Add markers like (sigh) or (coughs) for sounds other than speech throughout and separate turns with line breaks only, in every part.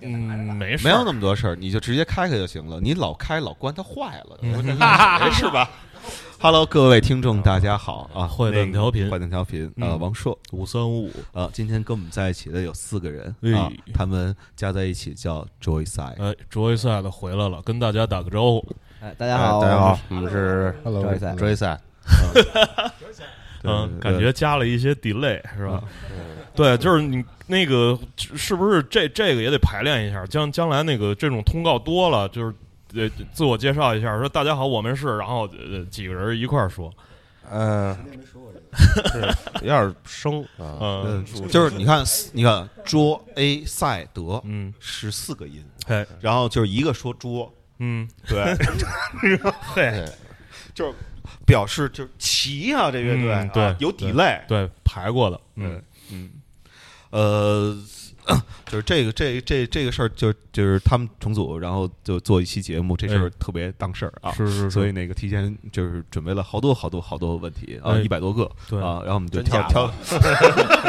嗯，没事
(laughs) 没
儿，
有那么多事儿，你就直接开开就行了。你老开老关，它坏了，
(laughs)
没事吧？Hello，各位听众，大家好啊！
哦坏蛋调频
坏蛋调频
嗯
呃，王硕
五三五五，
呃，今天跟我们在一起的有四个人
哎
啊，他们加在一起叫 Joyside。
哎，卓一赛的回来了，跟大家打个招呼。
哎，大家
哎
好，
大家好，
我们是
Hello，
赵一赛。
Joyside，
嗯，感觉加了一些 delay 是吧？对，就是你那个是不是这这个也得排练一下？将将来那个这种通告多了，就是呃自我介绍一下，说大家好，我们是，然后呃几个人一块儿说， (laughs)
嗯，是有点生啊，
嗯
嗯，就是你看，你看 Jo A 赛德
嗯，
十四个音，
嘿，
然后就是一个说 Jo，
嗯，
对，
嘿，
就是表示就是齐啊，这乐队
嗯
啊
对
有
对
delay，
对，排过的，嗯，
呃， (coughs) 就是这个这这这个事儿，就就是他们重组，然后就做一期节目，这事
哎
儿特别当事儿啊。
是是是，
所以那个提前就是准备了好多好多好多问题啊，
哎
一百多个
对
啊，然后我们就
真
挑
假的
挑，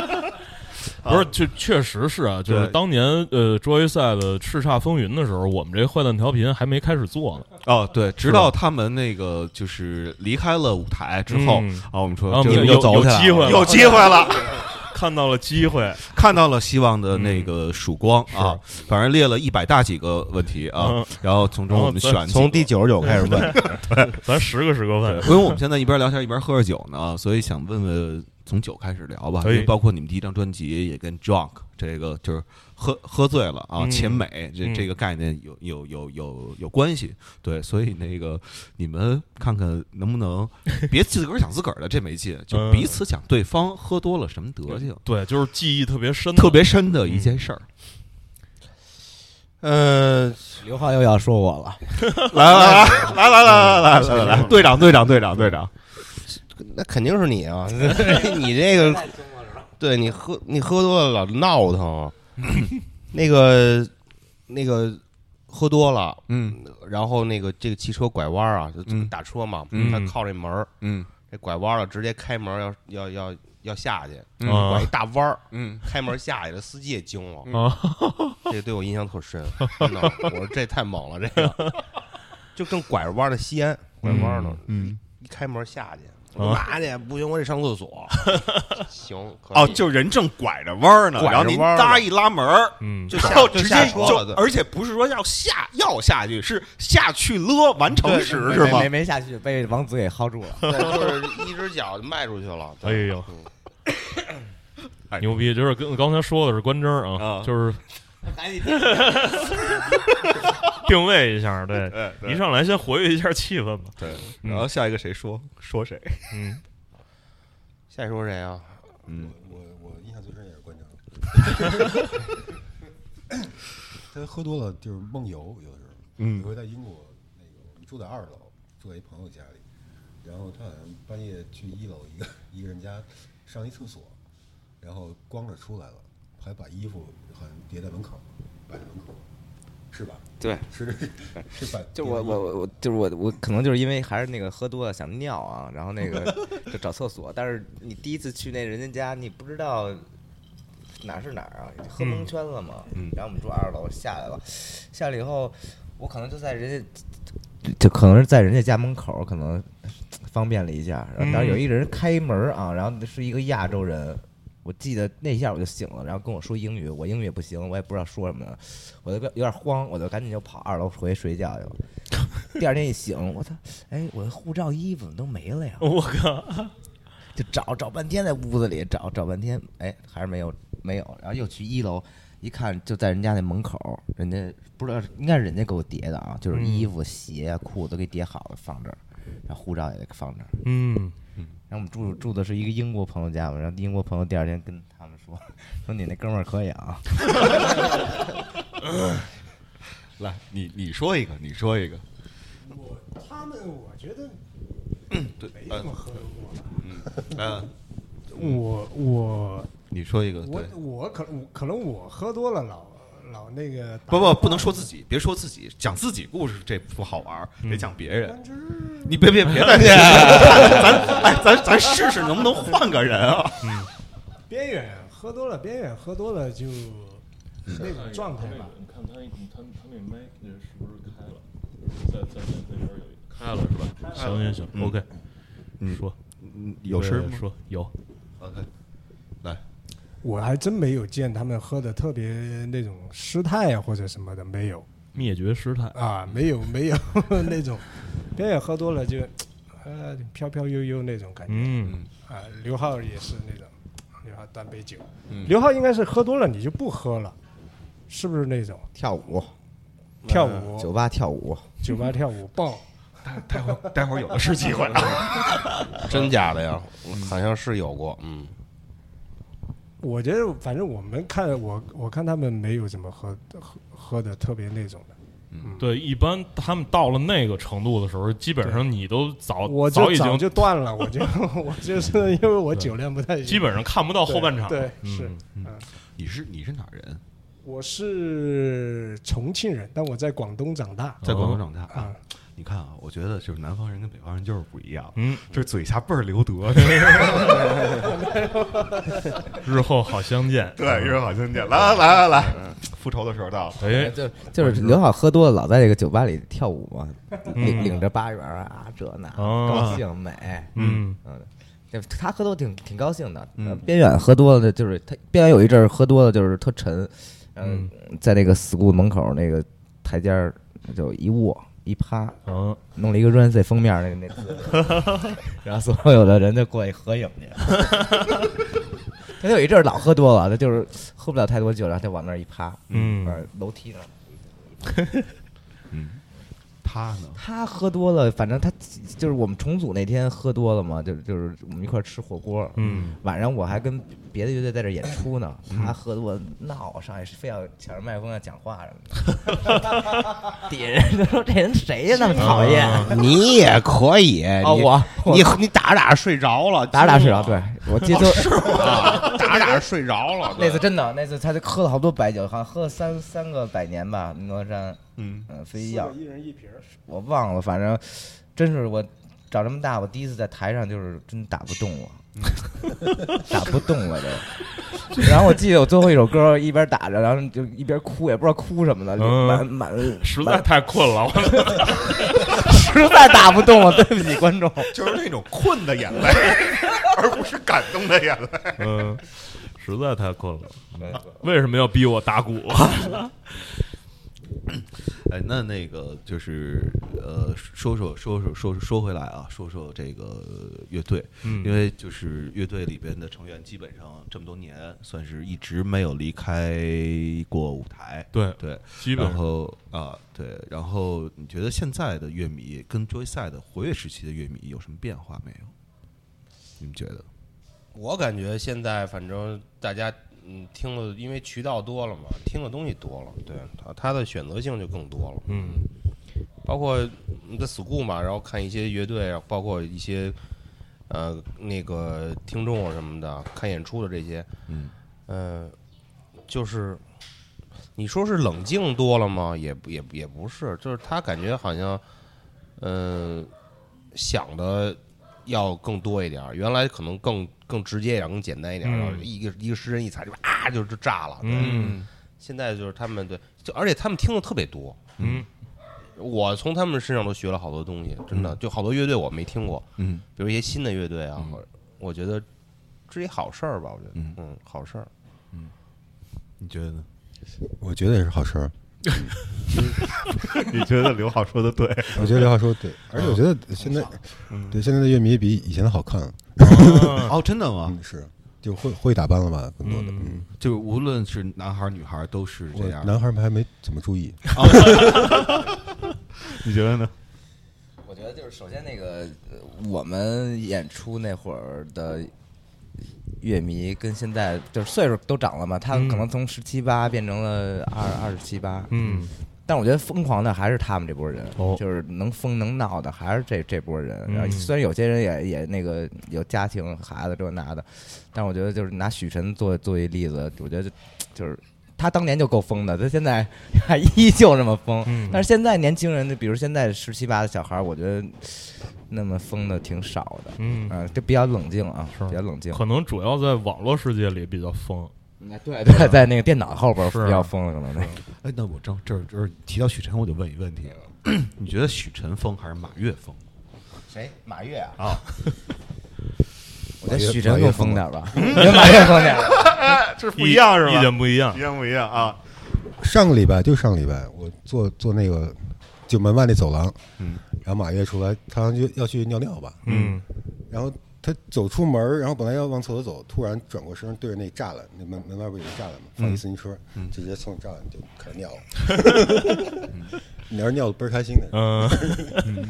不是，确确实是啊，就是
对
当年呃桌游赛的叱咤风云的时候，我们这坏蛋调频还没开始做呢。
哦，对，直
是吧
到他们那个就是离开了舞台之后
嗯
啊，我们
然后我
说
们
这个
有
又走起来
有机会了啊
有机会了，
(laughs) 看到了机会，
看到了希望的
嗯
那个曙光啊，反正列了一百大几个问题啊
嗯，
然后从中我们
然后
选几
从
个
第九十九开始问，
(laughs) 咱十个十个问
(laughs) 因，为我们现在一边聊天一边喝着酒呢，所以想问问从酒开始聊吧，因
可以
为包括你们第一张专辑也跟 drunk 这个就是喝喝醉了啊，
嗯
钱美这
嗯
这个概念有有有有有关系，对，所以那个你们看看能不 (laughs) 能别自个儿想自个儿的，这没劲，就
嗯
彼此想对方喝多了什么德行，
对，就是记忆特别深的，
特别深的一件事儿。
呃，
嗯刘浩又要说我了，
嗯来来 (laughs) 来来来来来来来来，队长队长队长队长，
那肯定是你啊， (laughs) 你这个，对你喝你喝多了老闹腾，
(laughs)
那个那个喝多了，
嗯
然后那个这个汽车拐弯啊，就
嗯
打车嘛，
嗯
他靠这门儿，
嗯
这拐弯了直接开门要要要要下去，
嗯
啊
拐一大弯儿，
嗯，
开门下去了，司机也惊
(laughs)
了，
啊，
这个对我印象特深，真的，我说这太猛了，这个就跟拐着弯的西安拐弯呢，
嗯，啊
一开门下去，我干嘛去？不行，我得上
(laughs)
厕所。行，可以
哦，就人正拐着弯儿呢，
拐着
然后您
弯儿呢
搭一拉门儿，
嗯，
就
然后
下就
直
下
接
车
就
了，对，
而且不是说要下要下去，是下去勒完成
对
时
没
是吗
没？没下去，被王子给薅住了。
对就是一只脚就迈出去了。
哎
对
呦，
嗯
牛逼，就是跟刚才说的是关真儿啊，
啊
就是定位一下， (laughs) 对，
对
一上来先活跃一下气氛吧，
对，
嗯
然后下一个谁说说谁？
嗯，
下一说谁啊？
嗯，
我我印象最深也是关
(laughs)
喆，他喝多了就是梦游，有的时候。
嗯
有回在英国，那个我们住在二楼，住在一朋友家里，然后他好像半夜去一楼一个一个人家上一厕所，然后光着出来了，还把衣服好像叠在门口，摆在门口，是吧？
对，
是是是摆。
就我我我我就是我我可能就是因为还是那个喝多了想尿啊，然后那 (laughs) 个就找厕所，但是你第一次去那人家家，你不知道哪儿是哪儿啊，你喝蒙圈了嘛。
嗯
然后我们住二楼下来了，下来以后我可能就在人家，就可能是在人家家门口可能方便了一下，然后当时有一个人开门啊，然后是一个亚洲人。我记得那一下我就醒了，然后跟我说英语，我英语也不行，我也不知道说什么，我就有点慌，我就赶紧就跑二楼回去睡觉去了。第二天一醒，我操，哎，我的护照、衣服怎么都没了呀？
(laughs) 我靠，
就找找半天，在屋子里找找半天，哎，还是没有没有。然后又去一楼一看，就在人家那门口，人家不知道应该是人家给我叠的啊，就是
嗯
衣服、鞋啊、裤子都给叠好了放这儿，然后护照也给放这儿。
嗯，
然后我们住住的是一个英国朋友家嘛，然后英国朋友第二天跟他们说， (laughs) 说你那哥们儿可以啊，
来，你你说一个，你说一个，
我他们我觉得
对，
没
嗯
喝过，
(laughs) 嗯，
我我
你说一个，对，
我可可能我喝多了老老那个
不不不能说自己，别说自己，讲自己故事这不好玩儿，得讲别
嗯
人。你别别别 (laughs) 再别，咱哎咱咱试试能不能换个人啊？
边缘喝多了，边缘喝多了就嗯
那种状态吧。
你哎看他，你看他那麦是不是开了？在在那边有开了是吧？行行行，OK，
嗯
说
有事
事
儿吗？
说有，
OK，来，
我还真没有见他们喝的特别那种失态啊或者什么的，没有
灭绝师太，
啊，没有没有 (laughs) 那种，别人喝多了就，呃，飘飘悠悠那种感觉
嗯，
啊。刘浩也是那种，刘浩端杯酒，
嗯
刘浩应该是喝多了你就不喝了，是不是那种
跳舞，
跳舞、
酒吧跳舞，
酒吧跳舞棒？
待会儿
嗯
待会儿有的是机会啊了。
真 (laughs) 假的呀？好像是有过，嗯，
我觉得反正我们看我我看他们没有怎么喝喝喝的特别那种的，
(laughs) 对，一般他们到了那个程度的时候，基本上你都早
我
哦早
就
已
早
经
就断
(laughs)
了，我就我就是因为我酒量不太行，
基本上看不到后半场，
对
嗯
是，
嗯
嗯
你是你是哪儿人？
我是重庆人，但我在广东长大
嗯
在广东
哦
长大
啊。
你看啊，我觉得就是南方人跟北方人就是不一样，
嗯，
就是嘴下倍儿留德。 (laughs)
日后好相见，
对，一会儿好兄弟，来来来来
嗯
来，复仇的时候到了。
哎，
就就是刘好喝多了，老在这个酒吧里跳舞嘛，领领着八元啊，这那
嗯哦
高兴美，
嗯，
嗯，对他喝多挺挺高兴的。
嗯
呃边远喝多了，就是他边远有一阵儿喝多了，就是特沉，嗯，在那个 school 门口那个台阶儿就一卧一趴，
嗯，
弄了一个 Run C 封面儿那个那字，然后所有的人就过去合影去。他有一阵儿老喝多了，他就是喝不了太多酒，然后就往那儿一趴，
嗯
呃，楼梯上。
他呢？
他喝多了，反正他就是我们重组那天喝多了嘛，就是就是我们一块儿吃火锅，
嗯，
晚上我还跟别的乐队在这儿演出呢，他喝多了闹上来，非要抢着麦克风要讲话什么的， (laughs) 底下人都说这人谁呀那么讨厌啊
(laughs) 你也可以你
我我
你你打着打着睡着了，
打着打着睡
惊
着，啊
了
对我记得
是吗？打着打着睡着了，对
那次真的那次他就喝了好多白酒，好像喝了三三个百年吧，哪吒
嗯，
嗯非要
一人一瓶，
我忘了，反正真是我长这么大，我第一次在台上就是真打不动我，
嗯
(laughs) 打不动我都。然后我记得我最后一首歌一边打着，然后就一边哭，也不知道哭什么的，就
嗯
满满
实在 (laughs)
满
太困了，我
实在打不动我，对不起观众。
就是那种困的眼泪，而不是感动的眼泪。
嗯，实在太困了，为什么要逼我打 (laughs) 鼓？
哎，那那个就是呃，说说说说说说回来啊，说说这个乐队，
嗯
因为就是乐队里边的成员基本上这么多年算是一直没有离开过舞台，
对，
对，
基本
然
上，
后啊，对，然后你觉得现在的乐迷跟 Joyce 的活跃时期的乐迷有什么变化没有？你们觉得？
我感觉现在反正大家嗯听了，因为渠道多了嘛，听的东西多了，对他他的选择性就更多了。
嗯
包括嗯在 school 嘛，然后看一些乐队，然后包括一些呃那个听众啊什么的，看演出的这些，
嗯，
呃，就是你说是冷静多了吗？也不也不也不是，就是他感觉好像呃想的要更多一点儿，原来可能更更直接一点儿，更简单一点儿，
嗯
然后一个一个诗人一踩就啊就就炸了，对
嗯
现在就是他们对，就而且他们听的特别多，
嗯
我从他们身上都学了好多东西，真的，就好多乐队我没听过，
嗯，
比如一些新的乐队啊，
嗯
我觉得这是一好事儿吧，我觉得，
嗯
嗯好事儿。
你觉得呢？
我觉得也是好事儿。
(laughs) 你觉得刘浩说的对？
我觉得刘浩说得对，而且我觉得现在，对现在的乐迷比以前的好看了。
哦，真的吗？
嗯，是，就会会打扮了吧，更多的。嗯，
就是无论是男孩儿女孩儿都是
我
这样。
男孩们还没怎么
(laughs)
注意。
你觉得呢？
我觉得就是首先那个呃我们演出那会儿的乐迷跟现在就是岁数都长了嘛，他
嗯
可能从十七八变成了二二十七八，
嗯
但我觉得疯狂的还是他们这波人，
哦
就是能疯能闹的还是这这波人。然后
嗯
虽然有些人也也那个有家庭孩子这那的，但我觉得就是拿许晨做做一例子，我觉得就就是他当年就够疯的，他现在还依旧那么疯。
嗯
但是现在年轻人，就比如现在十七八的小孩儿，我觉得那么疯的挺少的，
嗯，
嗯、就比较冷静啊
是，
比较冷静。
可能主要在网络世界里比较疯，
哎对对，在那个电脑后边儿比较疯了，可能那
哎，那我正这儿这儿提到许晨，我就问一问题了， (clears throat) 你觉得许晨疯还是马跃疯？
谁马跃啊？
啊，
我觉得许晨更疯点儿吧，我觉得马跃疯点儿吧。
这是不一样是吧？
意见不一样
一。样不一样啊？
上个礼拜就上个礼拜，我坐坐那个就门外那走廊，
嗯，
然后马跃出来，他就要去尿尿吧，
嗯
然后他走出门儿，然后本来要往厕所走，突然转过身对着那栅栏，那门门外不是有个栅栏吗？
嗯
放一自行车，直接从栅栏就开始尿了。
(laughs)
(laughs) 你要是尿的倍儿开心的，
嗯， (laughs)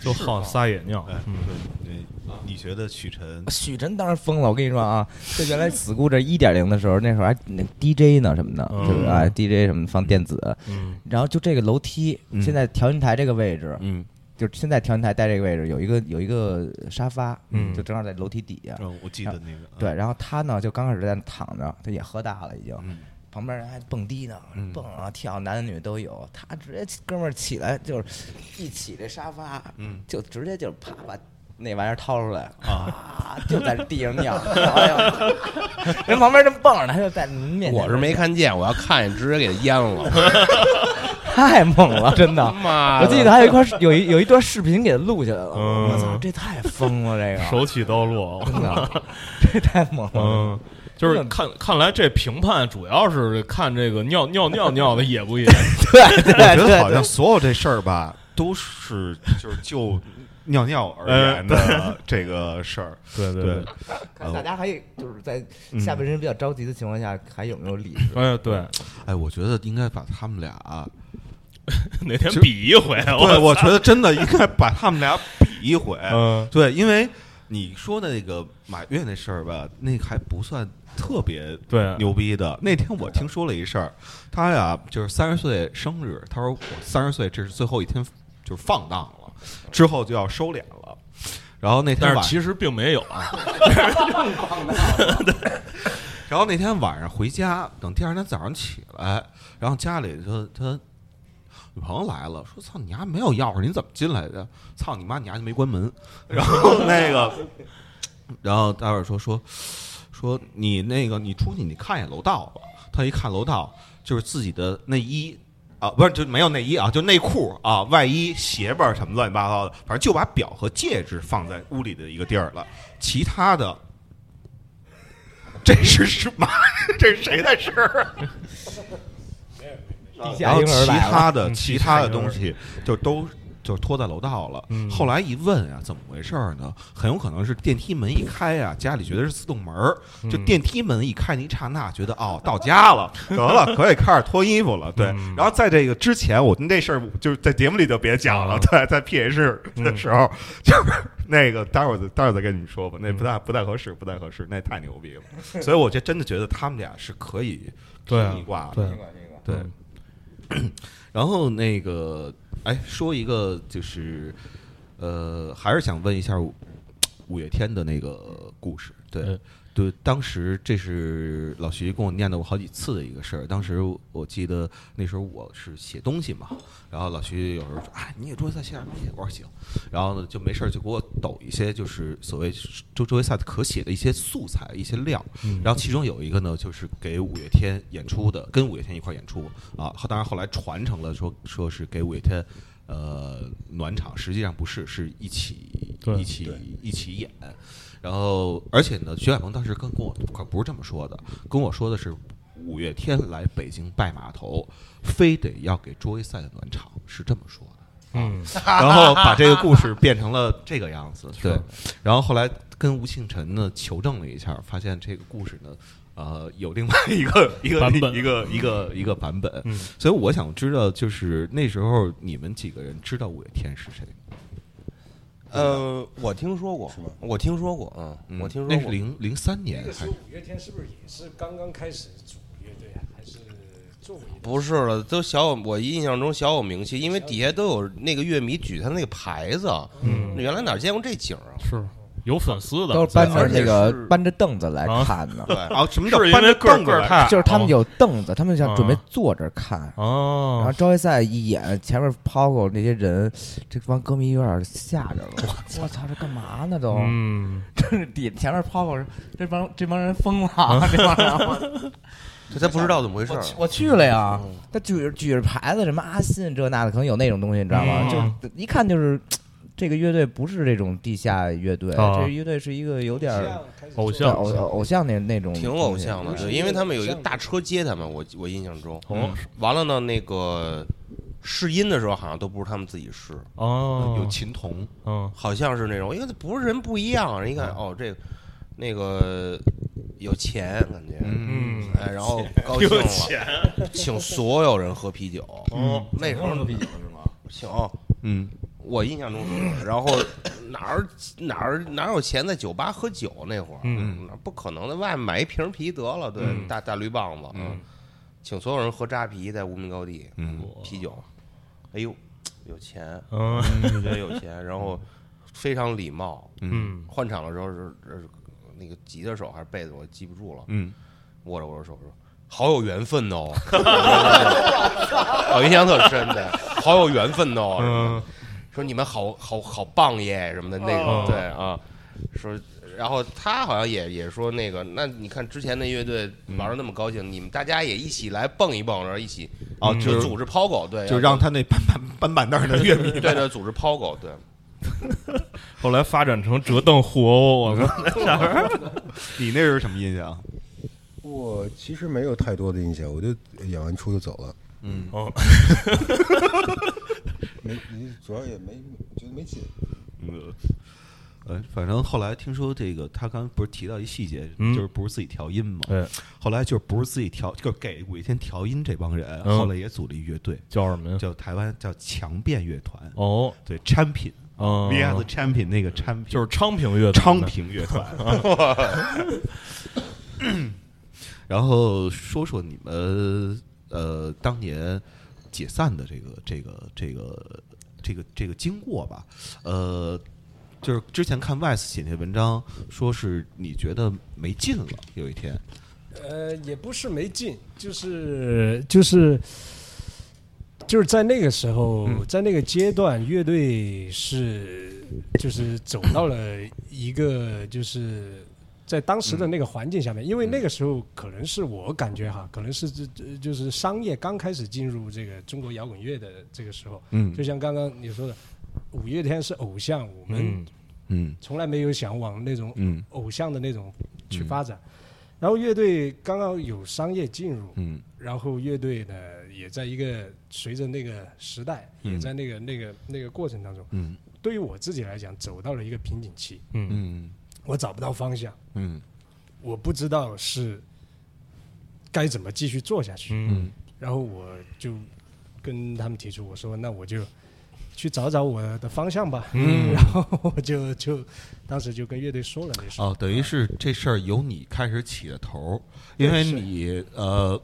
就好撒野尿。嗯，
哎你你觉得许晨
许晨当然疯了，我跟你说啊，这原来 school 这一点零的时候，那时候还那 DJ 呢什么的，
嗯
就是哎 DJ 什么放电子，
嗯
然后就这个楼梯，现在调音台这个位置，
嗯，
就是现在调音台在这个位置有一个有一个沙发，
嗯
就正好在楼梯底下。
嗯，我记得那个，
对，然后他呢就刚开始在那躺着，他也喝大了已经，
嗯
旁边人还蹦迪呢，蹦啊跳，男的女的都有。他直接哥们儿起来就是一起这沙发，
嗯
就直接就啪把那玩意儿掏出来，
啊，
啊，就在地上尿， (laughs) 哎呦人旁边正蹦着呢，他就在您面前，
我是没看见，我要看见直接给淹 (laughs) 了。
太猛了，真的。
妈
我
的，
记得还有一块有一有一段视频给他录下来了，
嗯
我操，这太疯了，这个
手起刀 (laughs) 落。
真的，这太猛了。
嗯，就是
真的
看看来这评判主要是看这个尿尿尿尿的野不野。
对 (laughs) 对
我觉得
对
好像所有这事儿
(laughs)
吧，都是就是就尿尿而言
呃
的 (laughs) 这个事儿，
(laughs) 对对
对，，
看
哦
大家还有就是在
嗯
下半身比较着急的情况下，还有没有理智？
哎对，
哎，我觉得应该把他们俩，啊
(laughs)
哪天比一回？啊
对，
我
我觉得真的应该把他们俩比一
(laughs)
回，
嗯
对，因为你说的那个马跃那事儿吧，那还不算特别
对
牛逼的。那天我听说了一事儿，他呀就是三十岁生日，他说我三十岁这是最后一天，就是放荡了，之后就要收敛了。然后那天
但
晚
是，其实并没有啊。
然后那天晚上回家，等第二天早上起来，然后家里就他女朋友来了，说：“操，你丫没有钥匙，你怎么进来的？操你妈，你丫就没关门。”然后那个，然后大伙儿说说说你那个你出去你看一眼楼道吧。他一看楼道，就是自己的内衣啊，不是就没有内衣啊，就内裤啊、外衣、鞋吧什么乱七八糟的，反正就把表和戒指放在屋里的一个地儿了，其他的。这是是妈， (laughs) 这是谁的事儿啊？
地
然
下
后
婴儿
其
来了，
他的
嗯
其
地下
他的
婴儿
东西就都就拖在楼道了。
嗯
后来一问啊，怎么回事儿呢？很有可能是电梯门一开啊，家里觉得是自动门儿，就
嗯
电梯门一开那一刹那，觉得哦到家了，得了，可以开始脱衣服了。对，
嗯
然后在这个之前，我那事儿就是在节目里就别讲了。
啊
对， (laughs) 在 P H
嗯
的时候，就是那个待会儿再待会儿再跟你们说吧，那
嗯
不太不太合适，不太合适，那太牛逼了。所以我就真的觉得他们俩是可以
对啊
拼一挂的。
对
对。
嗯
然后那个，哎，说一个就是，呃，还是想问一下五五月天的那个故事。对、
嗯
对，当时这是老徐跟我念叨过好几次的一个事儿。当时我记得那时候我是写东西嘛，然后老徐有时候说：“哎，你也出去再写点东西。”我说：“行。”然后呢，就没事儿就给我抖一些就是所谓周周围赛可写的一些素材、一些料。
嗯
然后其中有一个呢，就是给五月天演出的，跟五月天一块儿演出啊。当然后来传承了说说是给五月天呃暖场，实际上不是，是一起
对
一起一起演。然后而且呢，徐海鹏当时跟跟我可不是这么说的，跟我说的是五月天来北京拜码头，非得要给卓一赛的暖场，是这么说的。啊
嗯
然后把这个故事变成了这个样
(laughs)
子。对，然后后来跟吴庆辰呢求证了一下，发现这个故事呢，呃，有另外一个 (laughs) 一个
版本
一个一个一个版本。
嗯
所以我想知道，就是那时候你们几个人知道五月天是谁？
呃，我听说过，我听说过，嗯，
嗯
我听说
那是
过。
零零三年
那个时
还
候
是？
五月天是不是也是刚刚开始组乐队啊？还是作为
不是了，都小有我印象中小有名气，因为底下都有那个乐迷举他那个牌子，
嗯，
原来哪见过这景儿啊？
是有粉丝的，
都是搬着
而且
那个
是
搬着凳子来
啊
看呢，
啊，什么叫
是因
搬着
为个儿
凳子
个儿
来
太矮，
就是他们有凳子，他们想准备
啊
坐着看。然后
哦，
招黑赛一演，前面抛过那些人，这帮歌迷有点吓着了。我操，这干嘛呢都？ (laughs)
嗯，
这是底前面抛过，这帮这帮人疯了啊，这帮人我
这他不知道怎么回事
我
儿啊
去，我去了呀，他举着举着牌子，什么阿信这那的，可能有那种东西，你知道吗？
嗯
就是一看就是这个乐队不是这种地下乐队，
啊
这乐队是一个有点儿
偶
对
像
偶偶偶像那那种，
挺偶像的，
嗯
对，因为他们有一个大车接他们，我我印象中。
哦
完了呢，那个试音的时候好像都不是他们自己试，
哦，
有琴童，
嗯
好像是那种，因为不是人不一样，人一看哦，这个那个有钱感觉，
嗯，
哎，然后高兴了，请所有人喝啤酒。
哦，
那时候
啤酒是吗？
请，
嗯，
我印象中是，然后哪儿哪儿哪有钱在酒吧喝酒那会儿，
嗯
那不可能的，外面买一瓶啤得了，对，
嗯
大大驴棒子，
嗯，
请所有人喝扎啤，在无名高地，
嗯，
啤酒，哎呦，有钱，
嗯
我觉得有钱，然后非常礼貌，
嗯
换场的时候是是那个吉他手还是贝斯，我记不住了，
嗯，
握着我的手说：“好有缘
(laughs)
分哦！”我印象特深的，好有缘分哦。什么
嗯
的说你们好好好棒耶什么的那
哦
嗯
种，对啊，说。然后他好像也也说那个，那你看之前的乐队
嗯
玩的那么高兴，你们大家也一起来蹦一蹦，然后一起
哦，
嗯
就
就是组织抛狗，对，啊
就让他那搬板搬板凳儿的乐迷
(laughs) 对对组织抛狗，对，
后来发展成折凳互殴，我们
你那是什么印象？
我其实没有太多的印象，我就演完出就走了，
嗯，
哦
(laughs) 没，你主要也没觉得没劲。
呃，呃，反正后来听说这个，他刚不是提到一细节，
嗯哎
就是不是自己调音嘛？
对，
后来就是不是自己调，就是给五月天调音这帮人，
嗯
后来也组了一乐队，
叫什么呀？
叫台湾叫强变乐团，
哦，
对，Champion，
嗯，
v s Champion 那个 Champion
就是昌平乐队，
昌平乐团。 (laughs) 然后说说你们呃当年解散的这个这个这个这个这个经过吧，呃。就是之前看 Vice 写那文章，说是你觉得没劲了，有一天，
呃，也不是没劲，就是就是就是在那个时候，在那个阶段，乐队是就是走到了一个就是。在当时的那个环境下面，因为那个时候可能是我感觉哈，可能是这这就是商业刚开始进入这个中国摇滚乐的这个时候，
嗯
就像刚刚你说的，五月天是偶像，我们
嗯
嗯
从来没有想往那种
嗯
偶像的那种去发展。然后乐队刚刚有商业进入，
嗯
然后乐队呢也在一个随着那个时代，
嗯
也在那个那个那个过程当中，
嗯
对于我自己来讲，走到了一个瓶颈期，
嗯
嗯
我找不到方向，
嗯
我不知道是该怎么继续做下去。
嗯
然后我就跟他们提出，我说那我就去找找我的方向吧。
嗯
(laughs) 然后我就就当时就跟乐队说了那事儿。
哦，等于是这事儿由你开始起的头儿，因为你呃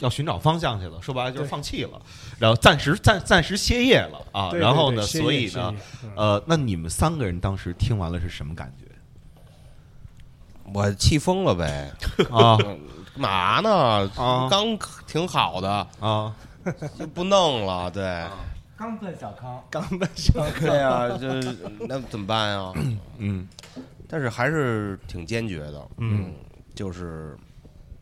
要寻找方向去了，说白了就是
对
放弃了，然后暂时暂暂时歇业了啊，
对
然后
对
呢，
对歇
所
业
以
歇
呢
业，嗯
呃，那你们三个人当时听完了是什么感觉 (laughs)
我气疯了呗，
啊
嗯干嘛呢？
啊
刚挺好的，
啊？
就不弄了，对。
刚奔小康，
刚奔上
对啊，就是那怎么办呀？
嗯
但是还是挺坚决的，
嗯，
就是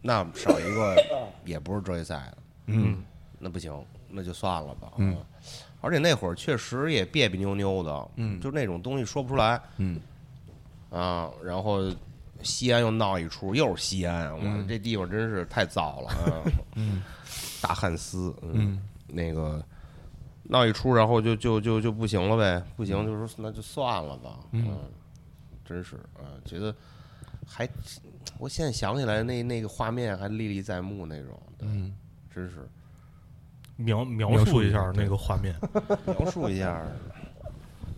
那少一个也不是职业赛的，
嗯
那不行，那就算了吧。嗯，而且那会儿确实也别别扭扭的，
嗯
就那种东西说不出来
嗯
啊。然后西安又闹一出，又是西安，我这地方真是太糟了啊。
嗯，
大汉斯，嗯
嗯，
那个闹一出，然后就就就就不行了呗，不行就说那就算了吧，嗯，真是啊，觉得还，我现在想起来那那个画面还历历在目那种，对，
嗯
真是
描描述一下那个画面，
描述一下，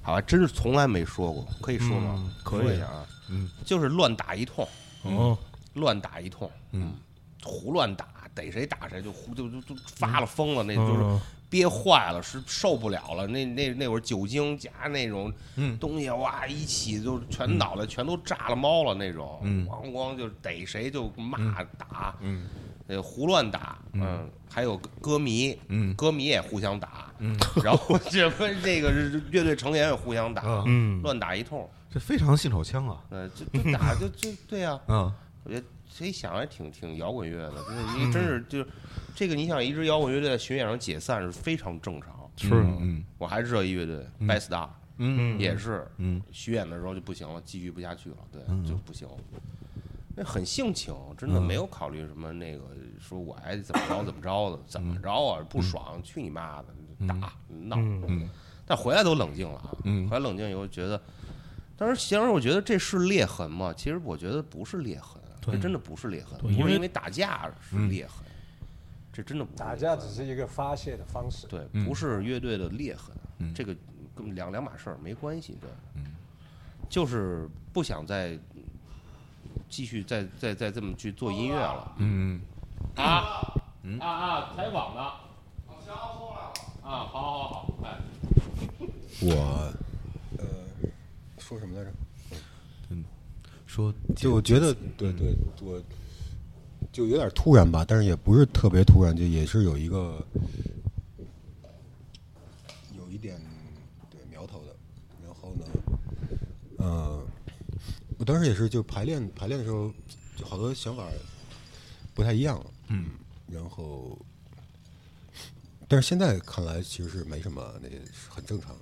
好吧，真是从来没说过，可以说吗
嗯？可以
说一下啊，
嗯，
就是乱打一通，
哦，
乱打一通，
嗯，
胡乱打，逮谁打谁就胡就就就发了疯了，那就是
嗯
憋坏了，是受不了了。那那那会儿酒精加那种
嗯
东西，哇，一起就全脑袋全都炸了猫了那种，
嗯
咣咣就逮谁就骂打，
嗯
呃，胡乱打，嗯，还有歌迷，
嗯
歌迷也互相打，嗯， (laughs) 然后这个这个乐队成员也互相打，
嗯
嗯，
乱打一通，
这非常信手枪啊，
呃，就就打就就对啊呀、
嗯
我觉得谁想还挺挺摇滚乐的，就是你真是就是这个，你想一支摇滚乐队在巡演上解散是非常正常。
是
啊
嗯
我还知道一乐队 Bad Star
嗯
也是
嗯
巡演的时候就不行了，继续不下去了，对
嗯，
就不行。那很性情，真的
嗯
没有考虑什么那个，说我爱怎么着怎么
(coughs)
着的，怎么着啊？不爽，去你妈的，打闹。
嗯
但回来都冷静了啊，
嗯
回来冷静以后觉得，当时形容我觉得这是裂痕吗？其实我觉得不是裂痕，啊这真的不是裂痕，
对
不
因
是
为
因为打架是裂痕，这真的不是
打
裂痕
架只是一个发泄的方式。
对，
嗯
不是乐队的裂痕，
嗯
这个根本两两码事儿，没关系，对，就是不想再继续再再再这么去做音乐了。
嗯
啊，啊啊，采访的。啊，好好好，哎，
我呃说什么来着？
说
就我觉得，对对，我就有点突然吧，但是也不是特别突然，就也是有一个有一点对苗头的。然后呢，呃，我当时也是就排练排练的时候，就好多想法不太一样了。嗯，然后，但是现在看来其实是没什么，那些是很正常。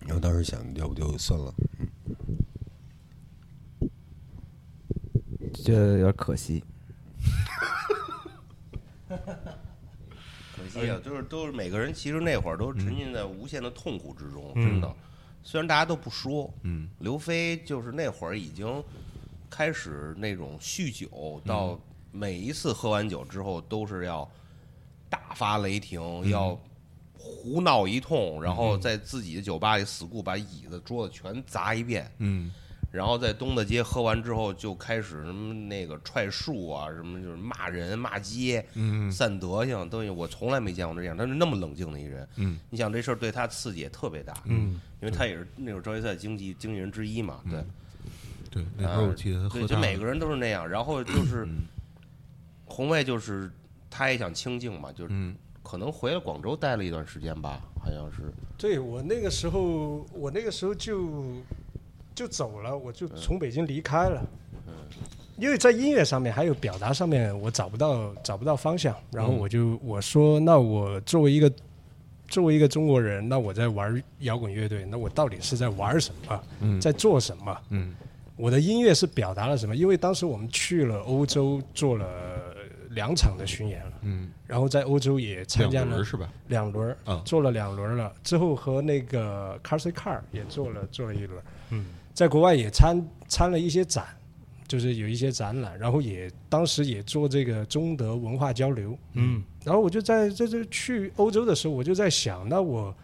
然后当时想要不就算了，
觉得有点可惜。
可惜啊，嗯就是都是每个人，其实那会儿都沉浸在无限的痛苦之中，真的。虽然大家都不说，
嗯，
刘飞就是那会儿已经开始那种酗酒，到每一次喝完酒之后都是要大发雷霆，要胡闹一通，然后在自己的酒吧里死固把椅子、桌子全砸一遍，
嗯
然后在东大街喝完之后，就开始什么那个踹树啊，什么就是骂人、骂街、
嗯
散德性东西，我从来没见过这样。他是那么冷静的一人，
嗯，
你想这事儿对他刺激也特别大，
嗯，
因为他也是那种职业赛经纪经纪人之一嘛，对，
对，那时候我记得他
呃对，
喝
就
大
每个人都嗯是那样。然后就是红卫，就是他也想清静嘛，就是
嗯
可能回了广州待了一段时间吧，好像是，
对我那个时候，我那个时候就就走了，我就从北京离开了。
嗯
因为在音乐上面还有表达上面，我找不到找不到方向，然
嗯
后我就我说，那我作为一个作为一个中国人，那我在玩摇滚乐队，那我到底是在玩什么，在做什么？
嗯
我的音乐是表达了什么？因为当时我们去了欧洲，做了两场的巡演了，
嗯，
然后在欧洲也参加
两轮
了
是吧？
两轮儿
啊
做了两轮儿了，之后和那个 Carsey Car 也做了做了一轮，嗯，在国外也参参了一些展，就是有一些展览，然后也当时也做这个中德文化交流，
嗯，
然后我就在在这去欧洲的时候，我就在想，那我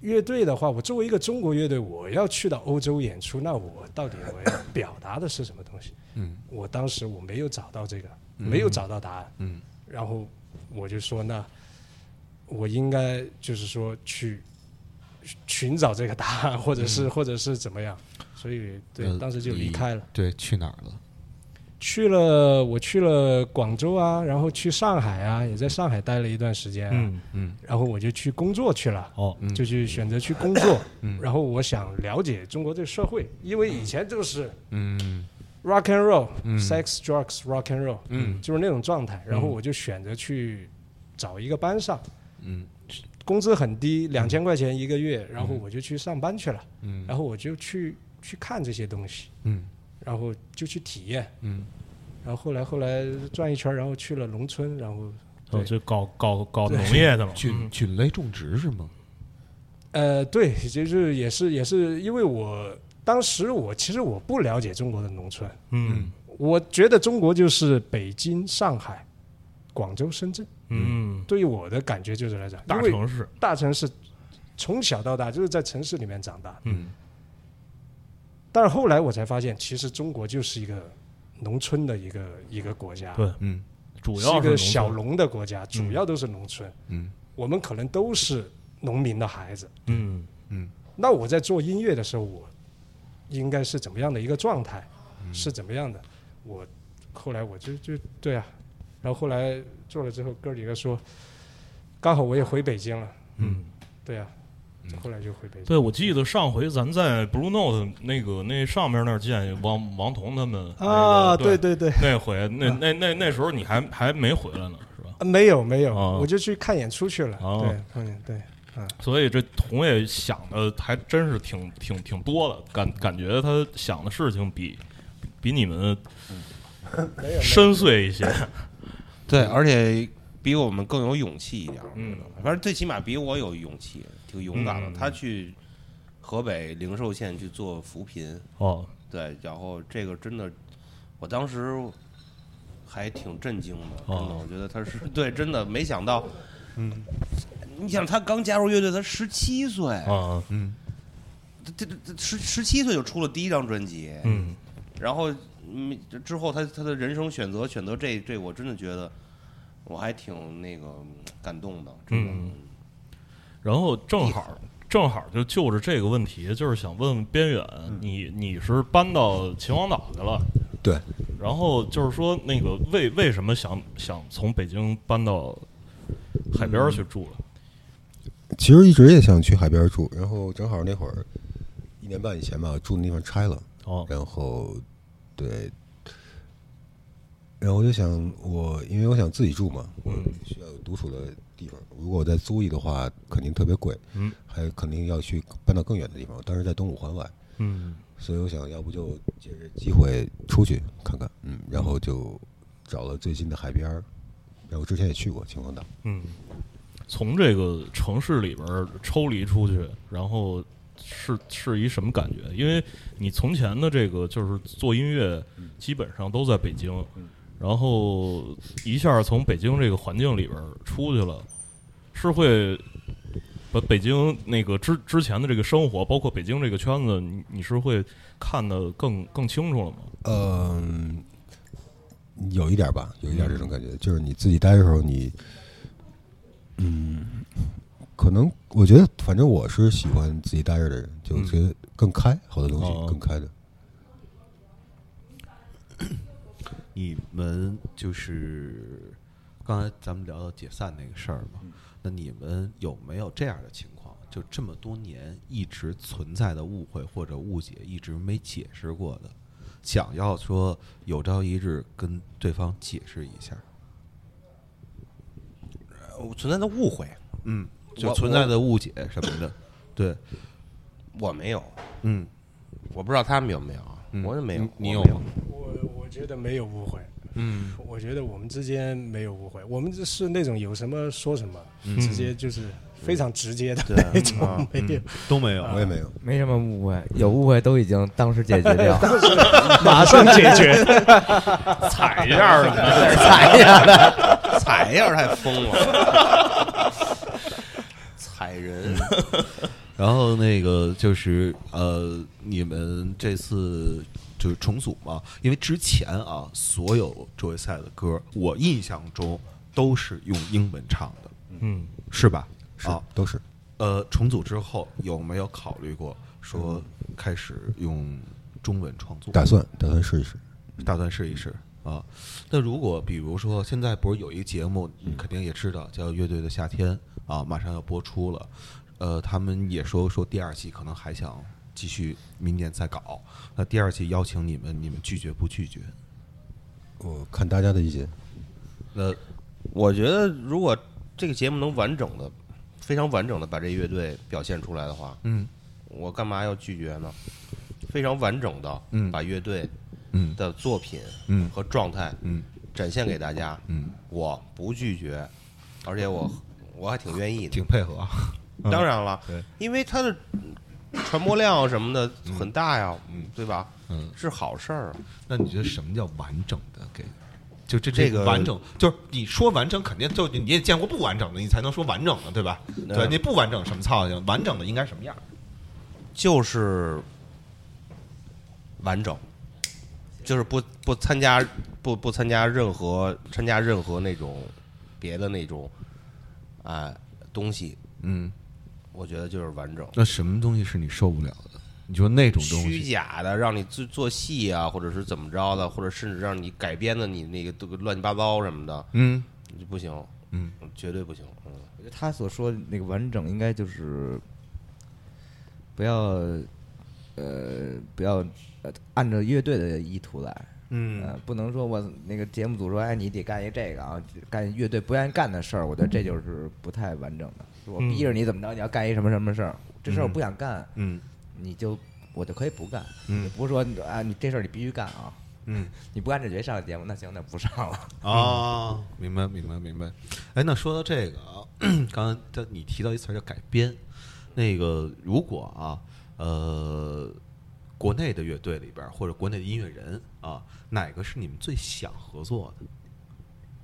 乐队的话，我作为一个中国乐队，我要去到欧洲演出，那我到底我要表达的是什么东西？
嗯，
我当时我没有找到这个，没有找到答案，
嗯，
然后我就说，那我应该就是说去寻找这个答案，或者是、或者是怎么样？所以对，
嗯呃
当时就离开了。
对，去哪儿了？
去了，我去了广州啊，然后去上海啊，也在上海待了一段时间、啊。
嗯
嗯
然后我就去工作去了，
哦
就去选择去工作。
嗯
然后我想了解中国这个社会，因为以前就是
嗯
rock and roll、
嗯
sex drugs rock and roll，
嗯
就是那种状态。然后我就选择去找一个班上，
嗯
工资很低，两千块钱一个月，然后我就去上班去了，
嗯
然后我就去去看这些东西，
嗯
然后就去体验。
嗯
然后后来后来转一圈，然后去了农村，然后
哦，
对
就搞搞搞农业
(laughs)
嗯
去了，
菌菌类种植是吗？
呃，对，就是也是也是因为我当时我其实我不了解中国的农村，
嗯
我觉得中国就是北京、上海、广州、深圳，
嗯，
对于我的感觉就是来讲，
大
因为
城市，
大城市从小到大就是在城市里面长大的，
嗯
但是后来我才发现，其实中国就是一个农村的一个一个国家，
对
嗯
主
是
要
一
农
个
村
小农的国家，主要都是农村。
嗯，
我们可能都是农民的孩子。
嗯
那我在做音乐的时候，我应该是怎么样的一个状态？是怎么样的？我后来我就就对啊，然后后来做了之后，哥几个说，刚好我也回北京了，
嗯。
对啊，后来就回北京。
对，我记得上回咱在 Blue Note 那个那上面那儿见王王彤他们那个啊对
对对，
那回那
啊
那那那时候你还还没回来呢，是吧？
啊没有没有，
哦
我就去看演出去了。
哦
对，看演对。
所以这红也想的还真是挺挺挺多的，感感觉他想的事情比比你们
没有
深邃一些。
对，而且比我们更有勇气一点。
嗯，
反正最起码比我有勇气，挺勇敢的。
嗯
他去河北零售县去做扶贫，
哦，
对，然后这个真的，我当时还挺震惊的，真的，
哦
我觉得他是对，真的没想到，嗯，你想他刚加入乐队，他十七岁，
啊，
他这这十十七岁就出了第一张专辑，
嗯
然后嗯之后他他的人生选择选择这这，我真的觉得我还挺那个嗯感动的，真的。
嗯然后正好正好就就着这个问题，就是想问问边远，你你是搬到秦皇岛去了？
对。
然后就是说，那个为为什么想想从北京搬到海边儿去住了？
其实一直也想去海边住，然后正好那会儿一年半以前吧，住的地方拆了，
哦，
然后对，然后我就想我，因为我想自己住嘛，我需要有独处的地方。如果我再租一的话，肯定特别贵，
嗯，
还肯定要去搬到更远的地方。当时在东五环外，
嗯
所以我想要不就借着机会出去看看，嗯，然后就找了最近的海边儿，然后之前也去过秦皇岛，
嗯，从这个城市里边儿抽离出去，然后是是一什么感觉？因为你从前的这个就是做音乐，基本上都在北京，然后一下从北京这个环境里边儿出去了，是会把北京那个之之前的这个生活，包括北京这个圈子，你你是会看得更更清楚了吗？
嗯，有一点吧，有一点这种感觉，就是你自己待的时候，你，嗯，可能我觉得，反正我是喜欢自己待着的人，就觉得更开，好多东西、
哦
更开的。
你们就是刚才咱们聊到解散那个事儿嘛，
嗯
那你们有没有这样的情况？就这么多年一直存在的误会或者误解，一直没解释过的，想要说有朝一日跟对方解释一下。
呃我存在的误会，啊
嗯，就
我
存在的误解什么的，对，
我没有，
嗯，
我不知道他们有没有啊，
嗯
我也没有，
你你
我
有
没
吗？
我我觉得没有误会，嗯，我觉得我们之间没有误会，我们是那种有什么说什么，直接就是非常直接的
对
那种，
啊
没有。
嗯都没有，
我也没有，
没什么误会，有误会都已经当时解决掉，
马上解决。
踩一下的，
踩呀！
(laughs) 踩一下太疯了，
(laughs)
踩人，
然后那个就是呃，你们这次就是重组嘛，因为之前啊，所有周杰赛的歌，我印象中都是用英文唱的，
嗯
是吧？
是、
啊，
都是。
呃，重组之后有没有考虑过说开始用中文创作？
打算打算试一试，
打算试一试啊。那如果比如说现在不是有一个节目，你肯定也知道叫《乐队的夏天》啊，马上要播出了。呃，他们也说说第二季可能还想继续，明年再搞。那第二季邀请你们，你们拒绝不拒绝？
我看大家的意见。
那
我觉得如果这个节目能完整的、非常完整的把这乐队表现出来的话，
嗯
我干嘛要拒绝呢？非常完整的
嗯
把乐队
嗯
的作品
嗯
和状态
嗯
展现给大家，
嗯，
我不拒绝，而且我我还挺愿意的。
挺配合啊。 (laughs) 嗯
当然了
对，
因为它的传播量什么的很大呀，
嗯
对吧？
嗯，
是好事儿啊。
那你觉得什么叫完整的给？就这
这个
完整，就是你说完整，肯定就你也见过不完整的，你才能说完整的，对吧？对，你不完整什么操性？完整的应该什么样？
就是完整，就是不不参加不不参加任何参加任何那种别的那种啊、东西，
嗯，
我觉得就是完整。
那什么东西是你受不了的？你说那种东
虚
西，
假的，让你做做戏啊，或者是怎么着的，或者甚至让你改编的你那个都乱七八糟什么的，
嗯
就不行，
嗯，
绝对不行。嗯，
我觉得 (laughs) 他所说的那个完整，应该就是不要呃不要呃按照乐队的意图来，呃
嗯，
不能说我那个节目组说哎你得干一这个啊，干乐队不愿意干的事儿，我觉得这
嗯
就是不太完整的。我逼着你怎么着，你要干一什么什么事儿，这事儿我不想干，
嗯
你就我就可以不干，
嗯
也不是说啊你这事儿你必须干啊，
嗯
你不干这绝上节目，那行那不上了。 (laughs)
啊，明白明白明白。哎，那说到这个啊，刚才他你提到一词儿叫改编，那个如果啊，呃，国内的乐队里边儿或者国内的音乐人啊，哪个是你们最想合作的？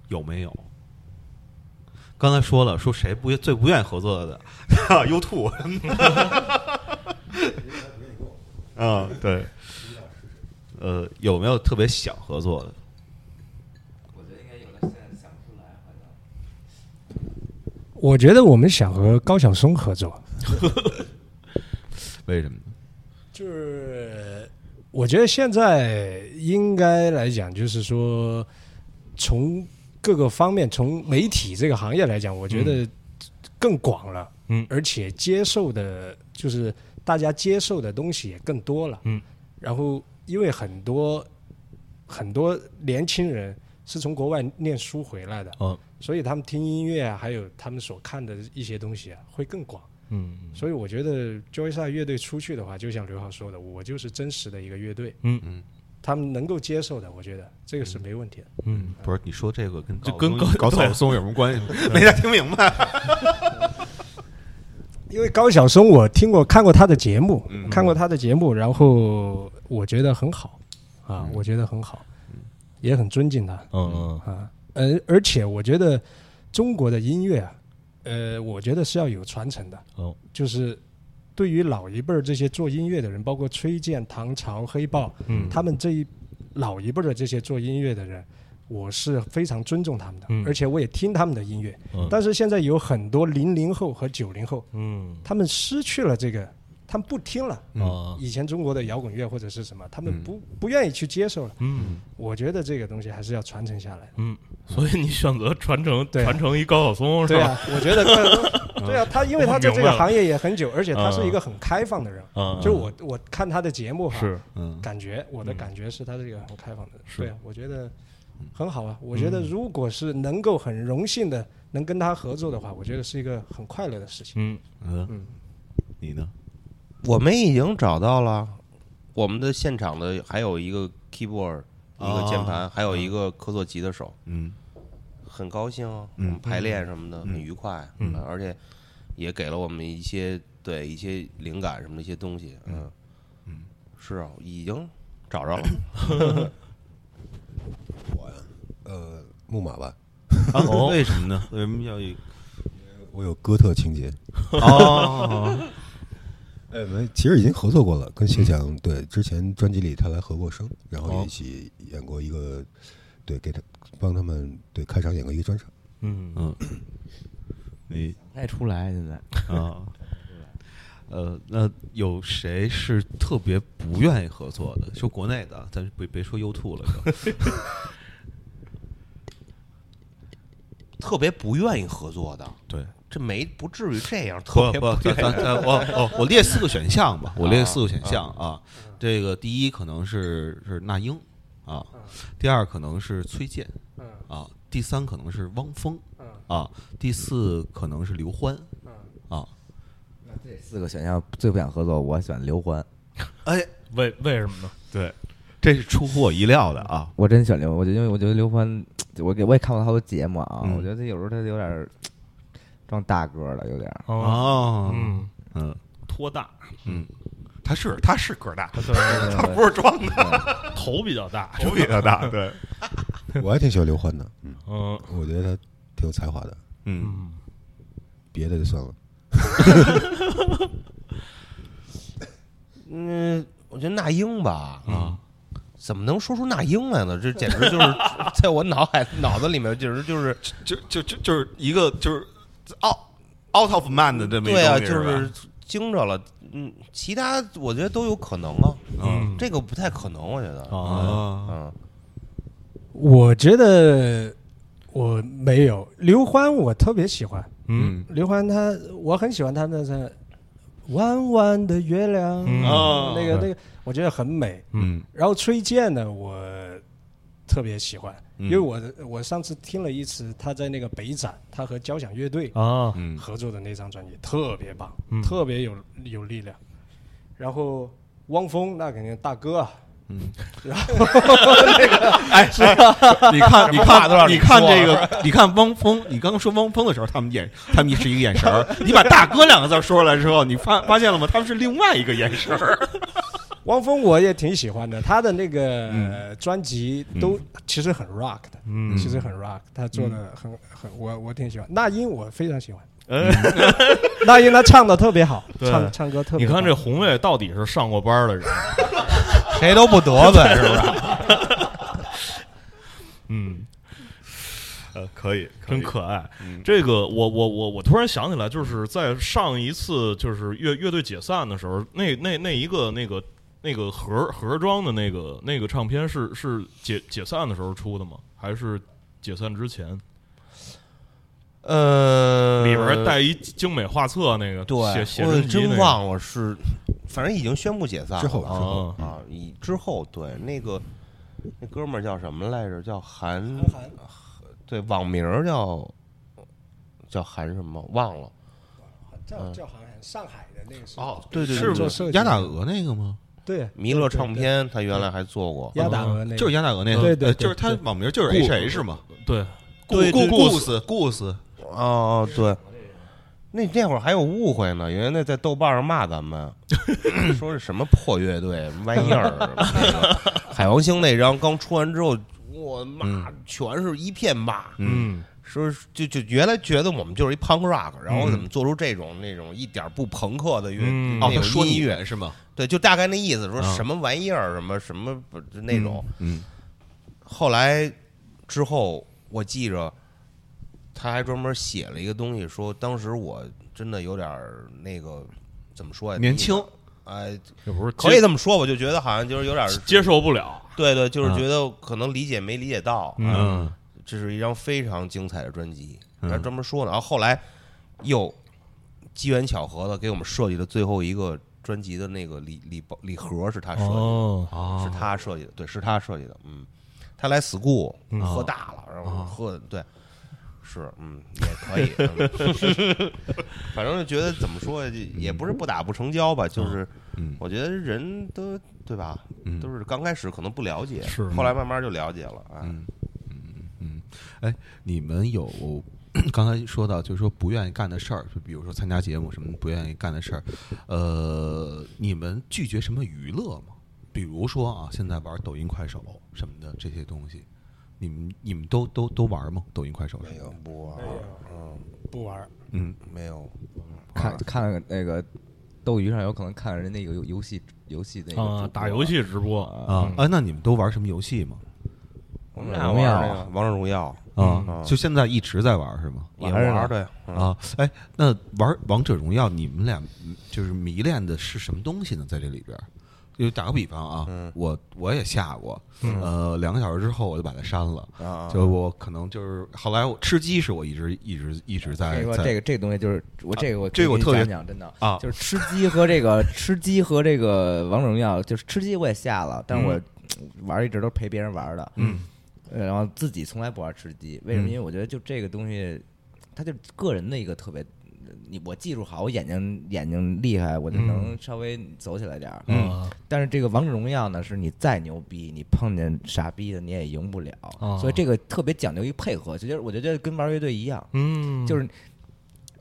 有没有？刚才说了，说谁不最不愿意合作的？U two (laughs) 啊，对，呃，有没有特别想合作的？
我觉得应该有的，现在想不出来，好像。
我觉得我们想和高晓松合作，
为什么呢？
就是我觉得现在应该来讲，就是说从各个方面，从媒体这个行业来讲，我觉得更广了，
嗯
而且接受的，就是大家接受的东西也更多了，
嗯，
然后因为很多很多年轻人是从国外念书回来的，
哦
所以他们听音乐啊，还有他们所看的一些东西啊，会更广。
嗯
所以我觉得 Joyce 乐队出去的话，就像刘浩说的，我就是真实的一个乐队，
嗯
嗯，
他们能够接受的，我觉得这个是没问题的。
嗯，
不是你说这个跟
就
搞
跟
搞
搞
搞
对
草松有什么关系？没太听明白。
因为高晓松，我听过看过他的节目，
嗯
看过他的节目，然后我觉得很好啊，我觉得很好，也很尊敬他
嗯
啊。呃，而且我觉得中国的音乐啊，呃，我觉得是要有传承的。
哦，
就是对于老一辈儿这些做音乐的人，包括崔健、唐朝、黑豹，
嗯
他们这一老一辈儿的这些做音乐的人，我是非常尊重他们的，
嗯
而且我也听他们的音乐。
嗯
但是现在有很多零零后和九零后，
嗯
他们失去了这个，他们不听了。
啊
以前中国的摇滚乐或者是什么，他们不不愿意去接受了。
嗯
我觉得这个东西还是要传承下来的。
嗯， (laughs) 所以你选择传承
对啊
传承一高晓松是
对
吧？
啊，
(laughs)
我觉得更对啊，他因为他在这
我明白
个
了
行业也很久，而且他是
嗯
一个很开放的人。
啊，
就是我我看他的节目哈，
是
嗯
感觉我的感觉是他是一个很开放的人，
是
对啊，我觉得很好啊。我觉得如果是能够很荣幸的能跟他合作的话，我觉得是一个很快乐的事情。
嗯
嗯， (laughs) 你呢？
我们已经找到了，我们的现场的还有一个 keyboard，一个键盘，还有一个科作吉的手，
嗯
嗯很高兴啊，我
嗯
们排练什么的很愉快，
嗯
而且也给了我们一些对一些灵感什么的一些东西，嗯，
嗯
是啊，已经找 (coughs) 着了，
我呀，呃，木马吧，
(laughs) 啊，为什么呢？为什么要一
我有哥特情节。
(laughs) 哦，
哎，没，其实已经合作过了，跟谢翔对之前专辑里他来合过声，然后也一起演过一个，对，给他帮他们对开场演过一个专场。
嗯
嗯， (laughs) 你
太出来现在。
啊，呃，那有谁是特别不愿意合作的？说国内的，咱别别说 U two 了，就
特别不愿意合作的，
(laughs) 对。
这没不至于这样，
(laughs) 不
特别
不，咱
愿意
咱咱我 (laughs) 哦，我列四个选项吧，我列四个选项啊。这个第一可能是是那英啊，第二可能是崔健
嗯
啊，第三可能是汪峰
嗯
啊，第四可能是刘欢
嗯，
啊。
这四个选项最不想合作，我选刘欢。
哎，
为为什么呢？
对，这是出乎我意料的啊。
我真选刘，我觉得因为我觉得刘欢，我给我也看过他好多节目啊，
嗯
我觉得他有时候他有点儿装大个儿了，有点儿。
哦，
啊
哦，
嗯，
嗯
托大，
嗯，他是他是个儿 (laughs) 大，
对对对
他不是装的，
头比较大，
头比他大，对，
我还挺喜欢刘欢的，嗯，
嗯
我觉得他挺有才华的，
(laughs) 嗯，
嗯，
别的就算了。
嗯，我觉得那英吧，
啊，
怎么能说出那英来呢？这简直就是 (laughs) 在我脑海脑子里面，简直就是
就就就就是一个就是 out out of man 的这么一个
对啊，
东西
就是
吧
是惊着了。嗯，其他我觉得都有可能啊，
嗯
这个不太可能，我觉得。
啊，
嗯，
我觉得我没有刘欢，我特别喜欢
嗯
刘欢他，我很喜欢他那个弯弯的月亮，
嗯
啊
那个那个，我觉得很美。
嗯
然后崔健呢，我特别喜欢，
嗯
因为我我上次听了一次他在那个北展，他和交响乐队
啊
嗯
合作的那张专辑，特别棒，
嗯
特别有有力量。然后汪峰那肯定大哥
(laughs)
啊，
哎，是你看，你
话都
看，
让你
你看
说
这
啊
个，你看汪峰，你刚刚说汪峰的时候，他们眼，他们是一个眼神儿。你把“大哥”两个字儿说出来之后，你发发现了吗？他们是另外一个眼神儿。
汪峰我也挺喜欢的，他的那个、呃专辑都其实很 rock 的，
嗯
其实很 rock，他做的很、很我我挺喜欢。那英我非常喜欢，
哎，
(laughs) 那英她唱的特别好，
对
唱唱歌特
你
别好。
看这红卫到底是上过班的人，
谁都不得 (laughs) 罪，是不是？
嗯，
(laughs) 呃，可以，
真
以嗯
可爱。这个我我我我突然想起来，就是在上一次就是乐乐队解散的时候，那那那一个那个那个盒盒装的那个那个唱片是是解解散的时候出的吗？还是解散之前？
呃，
里边带一精美画册那个，写
对，
写
我
真集那
真
个
忘了是，反正已经宣布解散了
之后之后
啊，
啊，以之后对那个那哥们儿叫什么来着？叫韩，对，网名儿叫叫韩什么忘了。
叫叫好像上海的那个是
哦，
对对
做设计
鸭大鹅那个吗？
对
弥勒唱片他原来还做过，
鸭打鹅那个
就是鸭大鹅那个，
对对
呃
对
就是他
对
网名就是
顾
H H 嘛。
对，
顾
对
顾
对
顾斯顾斯，
哦，对，那那会儿还有误会呢，原来在豆瓣上骂
(laughs)
咱们，说是什么破乐队什么玩意儿。那个海王星那张刚出完之后，我骂
嗯
全是一片骂，
嗯
说是就就原来觉得我们就是一 punk rock，然
嗯
后怎么做出这种那种一点不朋克的乐
嗯
那
哦，
种
他说
音
你
乐，
是吗？
对，就大概那意思，说
啊
什么玩意儿，什么什么不就那种。
嗯
后来之后，我记着他还专门写了一个东西，说当时我真的有点儿那个怎么说呀？
年轻，
哎，
也不是
可以
接
这么说，我就觉得好像就是有点儿
接受不了，
对对，就是
嗯
觉得可能理解没理解到，
嗯
嗯
这是一张非常精彩的专辑，
嗯
他专门说呢。然后后来又机缘巧合的给我们设计的最后一个专辑的那个礼礼包礼盒是他设计的，
哦，
哦
是他设计的，对，是他设计的。嗯，他来 school 喝大了，然后
哦
喝对，是嗯也可以，嗯 (laughs) 反正就觉得怎么说也不是不打不成交吧，就是
嗯
我觉得人都对吧，
嗯
都是刚开始可能不了解，
是
后来慢慢就了解了啊。
嗯嗯，嗯，哎，你们有 (clears throat) 刚才说到，就是说不愿意干的事儿，就比如说参加节目什么不愿意干的事儿，呃，你们拒绝什么娱乐吗？比如说啊，现在玩抖音、快手什么的这些东西，你们你们都都都玩吗？抖音、快手什么
没
的
有，不玩，嗯，
不玩儿，
嗯，
没有，啊
啊
看看那个斗鱼上有可能看人那个游游戏游戏那个主
啊
播，
打游戏直播
啊
嗯
啊，那你们都玩什么游戏吗？
我
们
们俩
俩玩
玩
儿那
那
个
个《王者荣耀
啊，》
嗯
就现在一直在玩是吗？
也
玩儿呢
玩儿对，嗯
啊，哎，那玩王者荣耀，你们俩嗯就是迷恋的是什么东西呢？在这里边儿，就打个比方啊，
嗯
我我也下过，呃，两个小时之后我就把它删了，
啊，
就我可能就是后来我吃鸡是我一直一直一直
所
在
以说
哎在啊
这个这个东西就是我这个我
这个我
给你
特别
讲讲真的
啊
就是吃鸡和这个吃鸡和这个王者荣耀，就是吃鸡我也下了，但是我玩儿一直都是陪别人玩儿的，
嗯
呃，然后自己从来不玩吃鸡，为什么？
嗯
因为我觉得就这个东西，它就是个人的一个特别，你我技术好，我眼睛眼睛厉害，我就能稍微走起来点儿。
嗯
啊
但是这个王者荣耀呢，是你再牛逼，你碰见傻逼的你也赢不了，
哦
所以这个特别讲究一配合，就就是我觉得跟玩乐队一样，
嗯，
就是。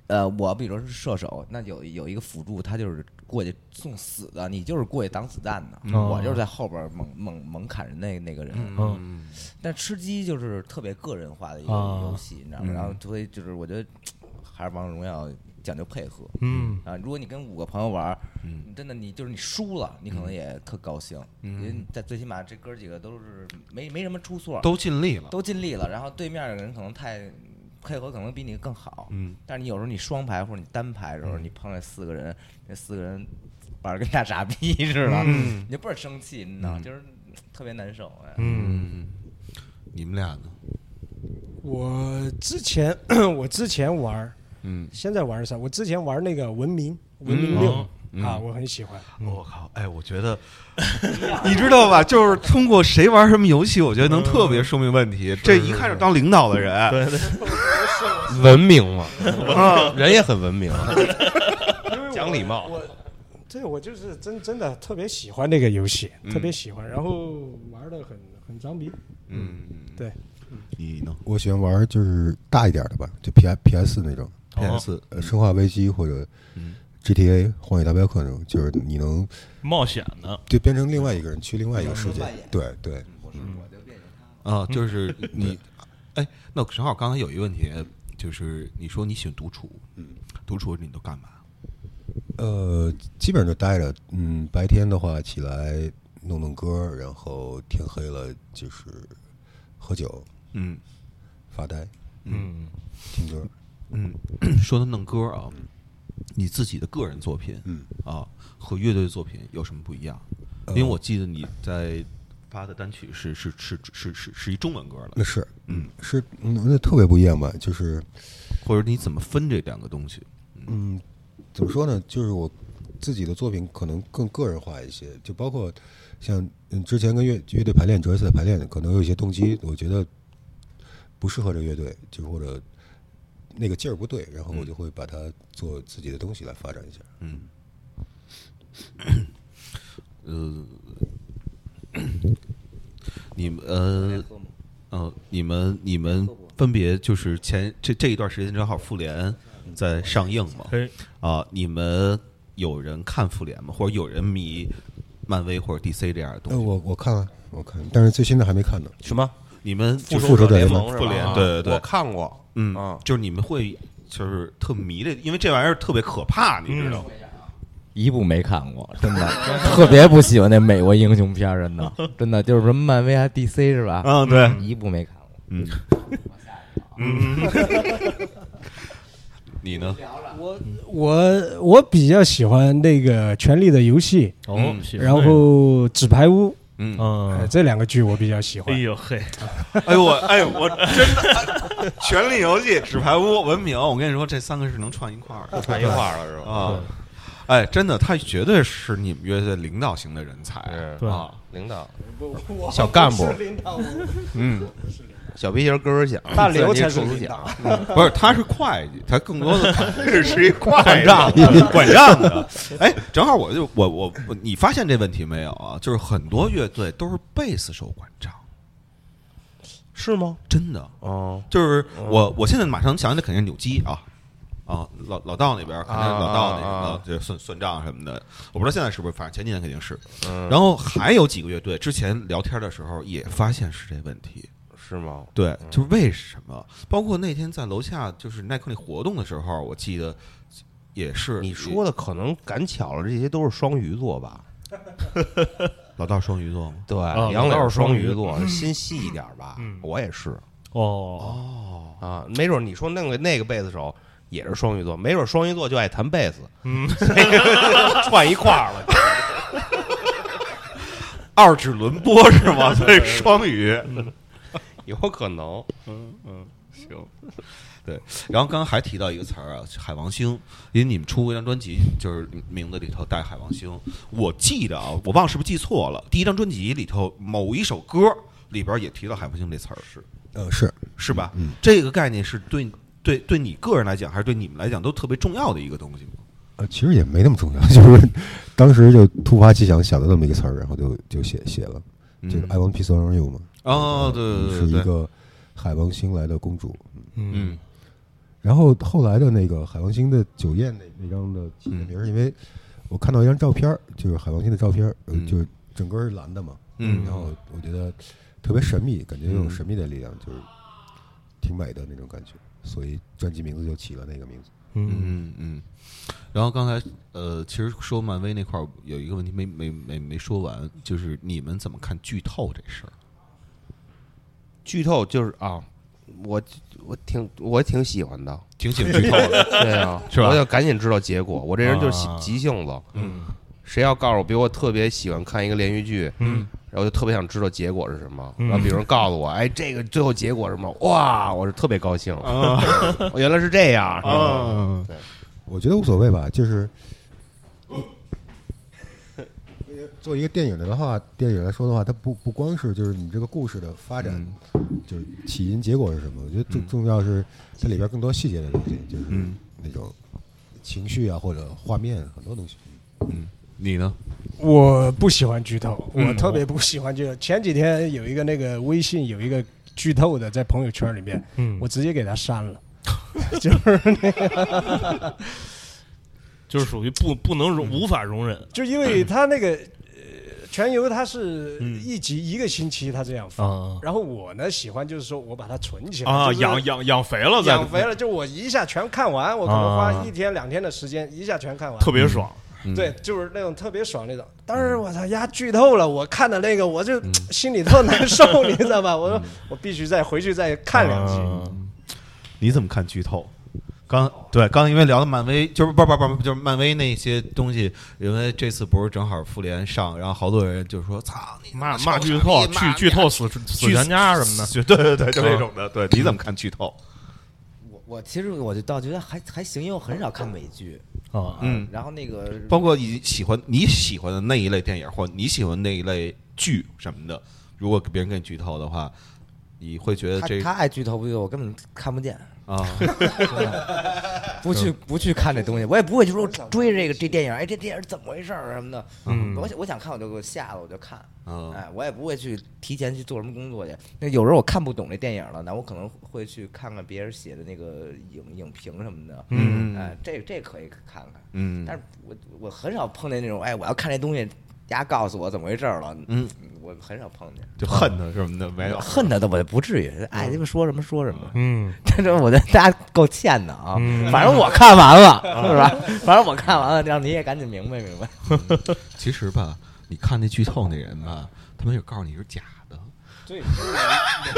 呃，我比如说是射手，那有有一个辅助，他就是过去送死的，你就是过去挡子弹的，
哦
我就是在后边猛猛猛砍人那那个人，
嗯
嗯
但吃鸡就是特别个人化的一个
啊
游戏，你知道吗？
嗯
然后所以就是我觉得还是王者荣耀讲究配合。
嗯
啊，如果你跟五个朋友玩儿，
嗯
你真的你就是你输了，你可能也特高兴，因为你在最起码这哥儿几个都是没没什么出错，
嗯都尽力了，
都尽力了，然后对面的人可能太配合，可能比你更好。
嗯，
但是你有时候你双排或者你单排的时候，你碰见四个人，那四个人玩儿跟大 (laughs) 傻逼似的，你就倍儿生气，你知道，就是特别难受。哎
嗯，
嗯嗯，你们俩呢？
我之前我之前玩儿，
嗯，
现在玩儿啥？我之前玩儿那个文明文
嗯
明六
哦、
啊，我很喜欢。
我靠，哎，我觉得，你知道吧？就是通过谁玩什么游戏，我觉得能特别说明问题。这一看就当领导的人，
对对，
(laughs) 文明
(laughs)
嘛，
嗯
人也很文明，
哦
讲礼貌。
我对我就是真真的特别喜欢那个游戏，特别喜欢，然后玩的很很装逼。
嗯，
对，
你呢
我喜欢玩就是大一点的吧，就 P I P S 那种，
？PS，
呃，生化危机或者
嗯
G T A 荒野大镖客那种，就是你能
冒险的，
就变成另外一个人，去另外一个世界
角色扮演。
对对，
啊， (laughs) 就是你，哎，那正好刚才有一个问题，就是你说你喜欢独处，嗯，独处你都干嘛？
呃，基本上就待着。嗯，白天的话起来弄弄歌，然后天黑了就是喝酒、
嗯
发呆、
嗯
听歌。
嗯，说到弄歌啊，你自己的个人作品，
嗯呃
啊，和乐队作品有什么不一样？因为我记得你在发的单曲是是是是是是一中文歌
那
了，
呃是，
嗯，
是，嗯，那特别不一样吧？就是，
或者你怎么分这两个东西？
嗯，怎么说呢？就是我自己的作品可能更个人化一些，就包括像嗯之前跟乐乐队排练，主要是在排练，可能有一些动机，我觉得不适合这个乐队，就是或者那个劲儿不对，然
嗯
后我就会把它做自己的东西来发展一下。
呃，你们呃
喝吗
呃，你们你们分别就是前这这一段时间正好复联
嗯
在上映嘛，
嘿，
啊，你们有人看复联吗？或者有人迷漫威或者 DC 这样的东
呃，
西？
我我看了，我看，但是最新的还没看呢。
什么？
你们
就
就
复仇者联
联
盟
盟是吧？
复联
啊
对对对
我看过。
嗯
啊，
就是你们会就是特迷这，因为这玩意儿特别可怕，你知道吗？
一部没看过，真
(laughs)
的特别不喜欢那美国英雄片儿，真的真的就是什么漫威还 DC 是吧？
嗯对
一部没看过。
嗯，你呢？ (laughs)
我我我比较喜欢那个《权力的游戏
哦
嗯》，
然后《纸牌屋》
嗯，
呃
嗯，
这两个剧我比较喜
哎
欢。
呦嘿，
哎呦我，哎呦我真的，《权力游戏》《纸牌屋》《文明》，我跟你说，这三个是能串一块儿的
看一块儿了是吧？嗯
啊！哎，真的，他绝对是你们乐队领导型的人才
是
啊！
哎领导，
我
小干部
不是领导我
嗯，
小皮球咯咯响，
大刘才
主
是领
讲
导。
嗯不是，他是会计，他更多的是是一会计， (laughs) 管账的。哎，正好我就我我我你发现这问题没有啊？就是很多乐队都是贝斯手管账，
(laughs) 是吗？
真的。
哦，
就是我我现在马上想起来肯定是扭机啊。啊，老老道那边肯定是老道那
啊啊啊
个，就算算账什么的，我不知道现在是不是，反正前几年肯定是。
嗯
然后还有几个乐队，之前聊天的时候也发现是这问题，
是吗？
对，就是为什么？包括那天在楼下就是耐克那活动的时候，我记得也是
你说的可能赶巧了，这些都是双鱼座吧？
老道双鱼座吗？
对，
我
杨磊
倒
啊是
是双
双
鱼
鱼嗯座，心细一点吧
嗯。
我也是
哦，
啊，没准你说那个那个贝斯手也是双鱼座，没准双鱼座就爱弹贝斯，
嗯，
(laughs) 串一块儿了。
二指轮播是 (laughs) 吗？所以双鱼。
有可能，
然后刚刚还提到一个词儿啊，海王星，因为你们出过一张专辑，就是名字里头带海王星。我记得啊，我忘了是不是记错了，第一张专辑里头某一首歌里边也提到海王星这词儿，是
呃，是，
是吧？
嗯
这个概念是对对对你个人来讲，还是对你们来讲都特别重要的一个东西吗？
呃，其实也没那么重要， (laughs) 就是当时就突发奇想想到这么一个词儿，然后就就写写了这个
嗯
“I want peace on you” 嘛。
哦，对
嗯
对
是
对
一
对，
个海王星来的公主。
嗯
然后后来的那个海王星的酒宴那那张的起的
嗯
名儿，因为我看到一张照片儿，就是海王星的照片儿，呃
嗯
就是整个是蓝的嘛，
嗯
然后我觉得特别神秘，感觉有种
嗯
神秘的力量，就是挺美的那种感觉，所以专辑名字就起了那个名字。
嗯
嗯嗯。然后刚才呃，其实说漫威那块儿有一个问题没没没没说完，就是你们怎么看剧透这事儿？
剧透就是啊，我我挺我挺喜欢的，
挺喜欢 (laughs) 剧透的，
对 (laughs) 啊，
是吧
我要赶紧知道结果，我这人就是喜
啊
急性子，
嗯
谁要告诉我，比如我特别喜欢看一个连续剧，
嗯，
然后我就特别想知道结果是什么，
嗯
然后比如人告诉我，哎，这个最后结果是什么，哇，我是特别高兴，
啊
我 (laughs) 原来是这样，是吧
啊
我觉得无所谓吧，就是做一个电影的话，电影来说的话，它不不光是就是你这个故事的发展，就是起因结果是什么，我觉得最重要是它里边更多细节的东西，就是
嗯
那种情绪啊或者画面很多东西。
嗯，你呢？
我不喜欢剧透，
嗯
我特别不喜欢剧透。前几天有一个那个微信有一个剧透的，在朋友圈里面，
嗯，
我直接给他删了。
就是属于不不能容无法容忍
就因为他那个呃，全游它是一集一个星期他这样放，
嗯啊
然后我呢喜欢就是说我把它存起来
啊，
就是
养养养肥了再
养肥了，就我一下全看完，我可能
啊
花一天两天的时间一下全看完
特。别爽，
嗯
对，就是那种特别爽那种。当时我操，丫剧透了，我看的那个我就
嗯
心里特难受， (laughs) 你知道吧？我说我必须再回去再看两集。
啊你怎么看剧透？刚对，刚因为聊的漫威，就是不不不，就是漫威那些东西，因为这次不是正好复联上，然后好多人就说：“操你
嗯骂骂剧透，剧剧透死死
剧
全家啊什么的，
的。”对对对，就这种的。对，你怎么看剧透？
我我其实我就倒觉得还还行，因为我很少看美剧
啊
嗯
然后那个
包括你喜欢你喜欢的那一类电影或你喜欢那一类剧什么的，如果别人给你剧透的话，你会觉得
他
这
他爱剧透不剧透，我根本看不见，
啊，
(laughs)
嗯
不去不去看这东西，我也不会就说追这个这电影，哎，这电影怎么回事儿什么的。
嗯
我想我想看我就给我下了我就看，
嗯
哎，我也不会去提前去做什么工作去。那有时候我看不懂这电影了，那我可能会去看看别人写的那个影影评什么的，
嗯
哎，这这可以看看。
嗯
但是我我很少碰见那种，哎，我要看这东西，丫告诉我怎么回事儿了，
嗯，
我很少碰见。
就恨他什么的没有。
恨他的我也不至于，爱他们说什么说什么。
嗯
(laughs) 这这，我觉得大家够欠的啊
嗯。
反正我看完了，
嗯
是吧？反正我看完了，让你也赶紧明白明白。
其实吧，你看那剧透那人吧，他没有告诉你是假的。
(laughs) 对，每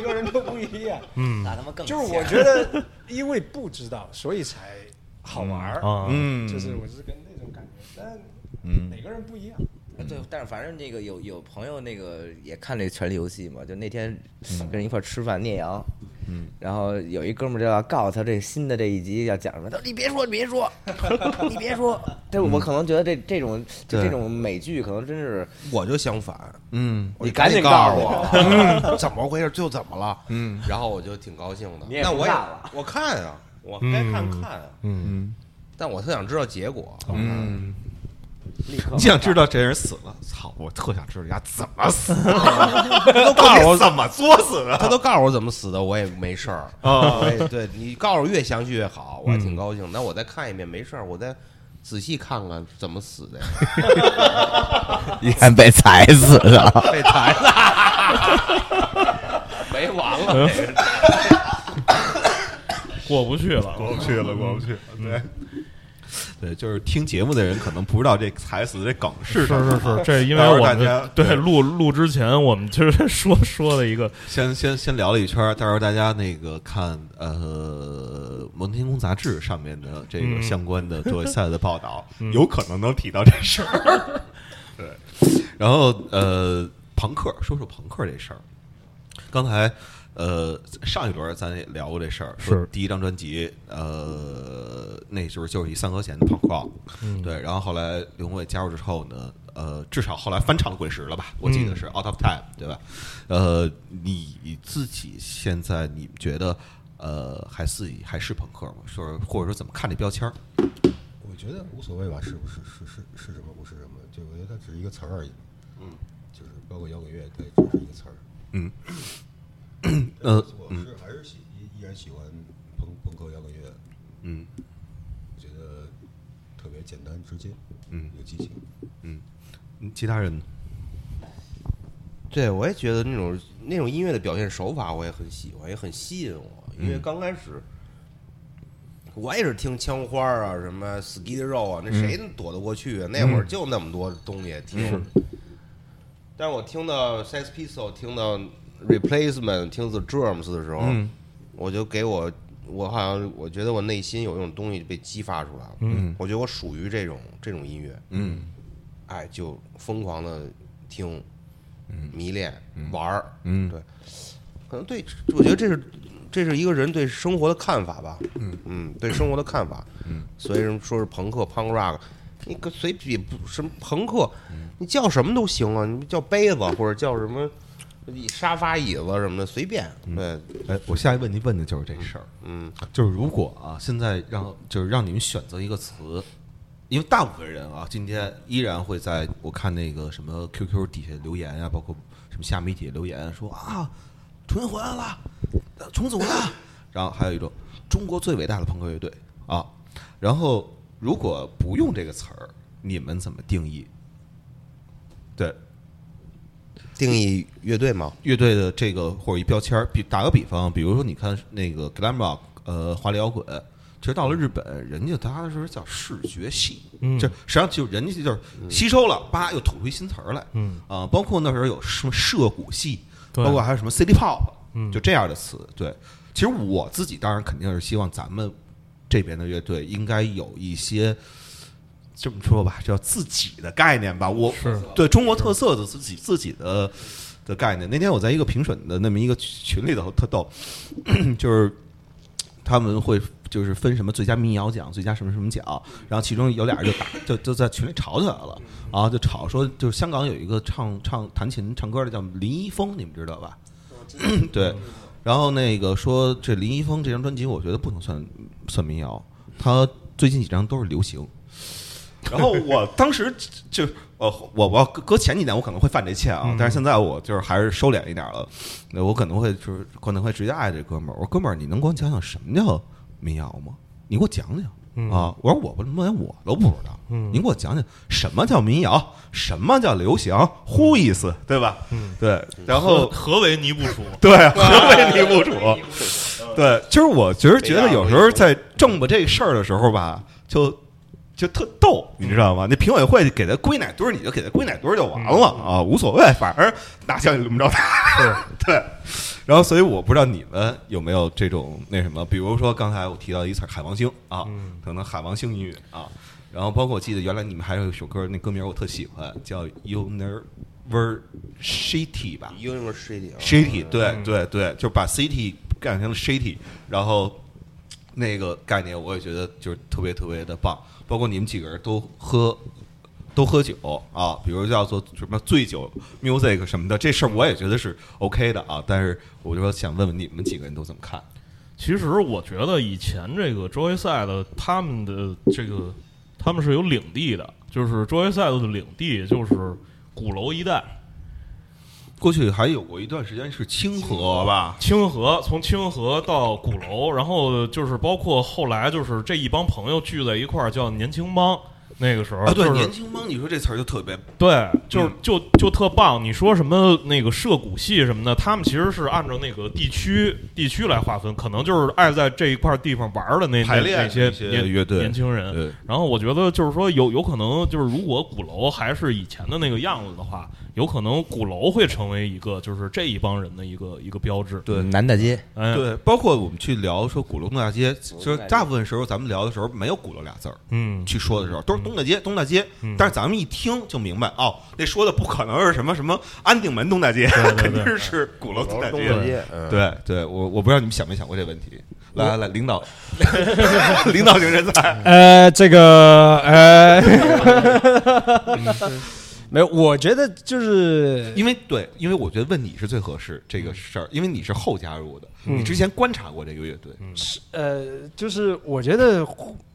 个人都不一样。
嗯
那他妈更
(laughs) 就是我觉得，因为不知道，所以才好玩儿。
啊
嗯
就是我是跟那种感觉，但
嗯
每个人不一样。
哎对，但是反正那个有有朋友那个也看这《权力游戏》嘛，就那天
嗯
跟人一块儿吃饭，聂阳，嗯，然后有一哥们儿就要告诉他这新的这一集要讲什么，他说你别说，你别说， (laughs) 你别说。但是
嗯
我可能觉得这这种就
对
这种美剧可能真是
我就相反，
嗯
我就
赶紧
告诉
告
我、 (laughs) 怎么回事，最后怎么了，
嗯，
然后我就挺高兴的。
你也
那
不
我也
看了
我看啊，我该看看啊，
嗯
嗯
但我特想知道结果。
嗯，
立刻
你想知道这人死了？操，我特想知道人家怎么死 (laughs) 的，
都告诉我
怎么作死的。
(laughs) 他都告诉我怎么死的，我也没事儿
啊
我也对你告诉我越详细越好，我还挺高兴。那我再看一遍没事儿，我再仔细看看怎么死的。
一看被踩死了。
(laughs) 被裁了， (laughs) 没完了。这个
过不去了，啊
过不去了，过不去了。
嗯
对，
对，就是听节目的人可能不知道这踩死这梗是什
是
么
是。 (laughs) 是，这因为
待会儿
我
大家
们对录录之前，我们就是说说的一个，
先先先聊了一圈儿，到时候大家那个看呃《摩天宫杂志》上面的这个
嗯
相关的周围赛的报道，有可能能提到这事儿。对，然后呃，朋克，说说朋克这事儿。刚才呃上一轮儿咱也聊过这事儿，说
是
第一张专辑，呃，那时候就是以三和弦的朋克rock，对，然后后来刘宏伟加入之后呢，呃，至少后来翻唱了滚石了吧？我记得是 Out of Time，对吧？呃，你自己现在你觉得呃还自己还是朋克吗？说或者说怎么看这标签儿？
我觉得无所谓吧，是不是是是是什么不是什么，就我觉得它只是一个词儿而已。嗯，就是包括摇滚乐，它也只是一个词儿。
嗯，
(clears throat) 但
呃
是我是还是喜依依然喜欢朋朋克摇滚乐，
嗯
我觉得特别简单直接，
嗯
有激情。
嗯，其他人呢
对，我也觉得那种那种音嗯乐的表现手法，我也很喜欢，也很吸引我。因为刚开始我也是听枪花啊，什么 Skid Row 啊，那谁躲得过去啊？那会儿就那么多东西听。但是我听到 Sex p i s t o l 听到 Replacement、听 The Drums 的时候，我就给我，我好像我觉得我内心有一种东西被激发出来了。嗯，我觉得我属于这种这种音乐。嗯，哎，就疯狂的听，迷恋、玩儿。嗯，对，可能对，我觉得这是这是一个人对生活的看法吧。嗯对生活的看法。嗯，所以人说是朋克 （punk rock），你可随比不什么朋克，你叫什么都行啊，你叫杯子或者叫什么沙发、椅子什么的，随便。对，
哎，我下一问题问的就是这事儿，
嗯
就是如果啊，现在让就是让你们选择一个词，因为大部分人啊，今天依然会在我看那个什么 QQ 底下留言啊，包括什么下面底下留言说啊，重回来了，呃重组了，然后还有一种中国最伟大的朋克乐队啊，然后如果不用这个词儿，你们怎么定义？对，
定义乐队嘛，
乐队的这个或者一标签儿，比打个比方，比如说你看那个 glam rock，呃，华丽摇滚，其实到了日本，人家踏踏实实叫视觉系，嗯，这实际上就人家就是吸收了，叭又吐出一新词儿来，嗯啊，包括那时候有什么涉谷系，
对
包括还有什么 city pop，嗯，就这样的词，对，其实我自己当然肯定是希望咱们这边的乐队应该有一些。这么说吧，叫自己的概念吧。我
是
对中国特色的自己自己的的概念。那天我在一个评审的那么一个群里头特逗， (clears throat) 就是他们会就是分什么最佳民谣奖、最佳什么什么奖，然后其中有俩人就打就就在群里吵起来了，啊，就吵说就是香港有一个唱唱弹琴唱歌的叫林一峰，你们知道吧？对，然后那个说这林一峰这张专辑，我觉得不能算算民谣，他最近几张都是流行。然后我当时就呃，我我要搁搁前几年，我可能会犯这欠啊，但是现在我就是还是收敛一点了。那我可能会就是可能会直接爱这哥们儿，我说哥们儿，你能给我讲讲什么叫民谣吗？你给我讲讲。啊！我说我不，连我都不知道。您给我讲讲什么叫民谣，什么叫流行呼意思，对吧？嗯，对。然后
何为泥不楚？
对，何为泥不楚？对，就是我觉得觉得有时候在正吧这事儿的时候吧，就就特逗，你知道吗？那评委会给他归哪堆儿，你就给他归哪堆儿就完了啊，无所谓，反正哪像你轮不着他。 (laughs) 对。然后，所以我不知道你们有没有这种那什么，比如说刚才我提到一词儿海王星啊，可能海王星音乐啊，然后包括我记得原来你们还有一首歌，那歌名我特喜欢，叫 University 吧，
(laughs) University 啊
shitty，对对对，就把 city 改成了 shitty，然后那个概念我也觉得就是特别特别的棒，包括你们几个人都喝都喝酒啊，比如叫做什么醉酒 music 什么的，这事儿我也觉得是 OK 的啊，但是我就说想问问你们几个人都怎么看？
其实我觉得以前这个周围赛的他们的这个他们是有领地的，就是周围赛的领地就是鼓楼一带，
过去还有过一段时间是清河吧，
清河从清河到鼓楼，然后就是包括后来就是这一帮朋友聚在一块儿叫年轻帮，那个时候
啊，对，
就是
年轻帮，你说这词儿就特别
对，就是
嗯
就就特棒。你说什么那个涉谷系什么的，他们其实是按照那个地区地区来划分，可能就是爱在这一块地方玩儿的那
排
那
练
那些
那些
年
乐队
年轻人。
对
然后我觉得就是说有有可能就是如果鼓楼还是以前的那个样子的话，有可能鼓楼会成为一个就是这一帮人的一个一个标志。
对
南大街，
哎，
对，包括我们去聊说鼓楼东大街，就是大部分时候咱们聊的时候没有鼓楼俩字儿，
嗯，
去说的时候都是东大街，东大街。但是咱们一听就明白，哦，那说的不可能是什么什么安定门东大街，肯定是鼓楼东大
东
街。
大街，嗯，
对嗯对，我我不知道你们想没想过这问题。来来来，领导， (laughs) 领导型人才，
哎
呃，这个
(laughs)
呃，没有，我觉得就是
因为对，因为我觉得问你是最合适这个事儿，因为你是后加入的，你之前观察过这个乐队，
呃，就是我觉得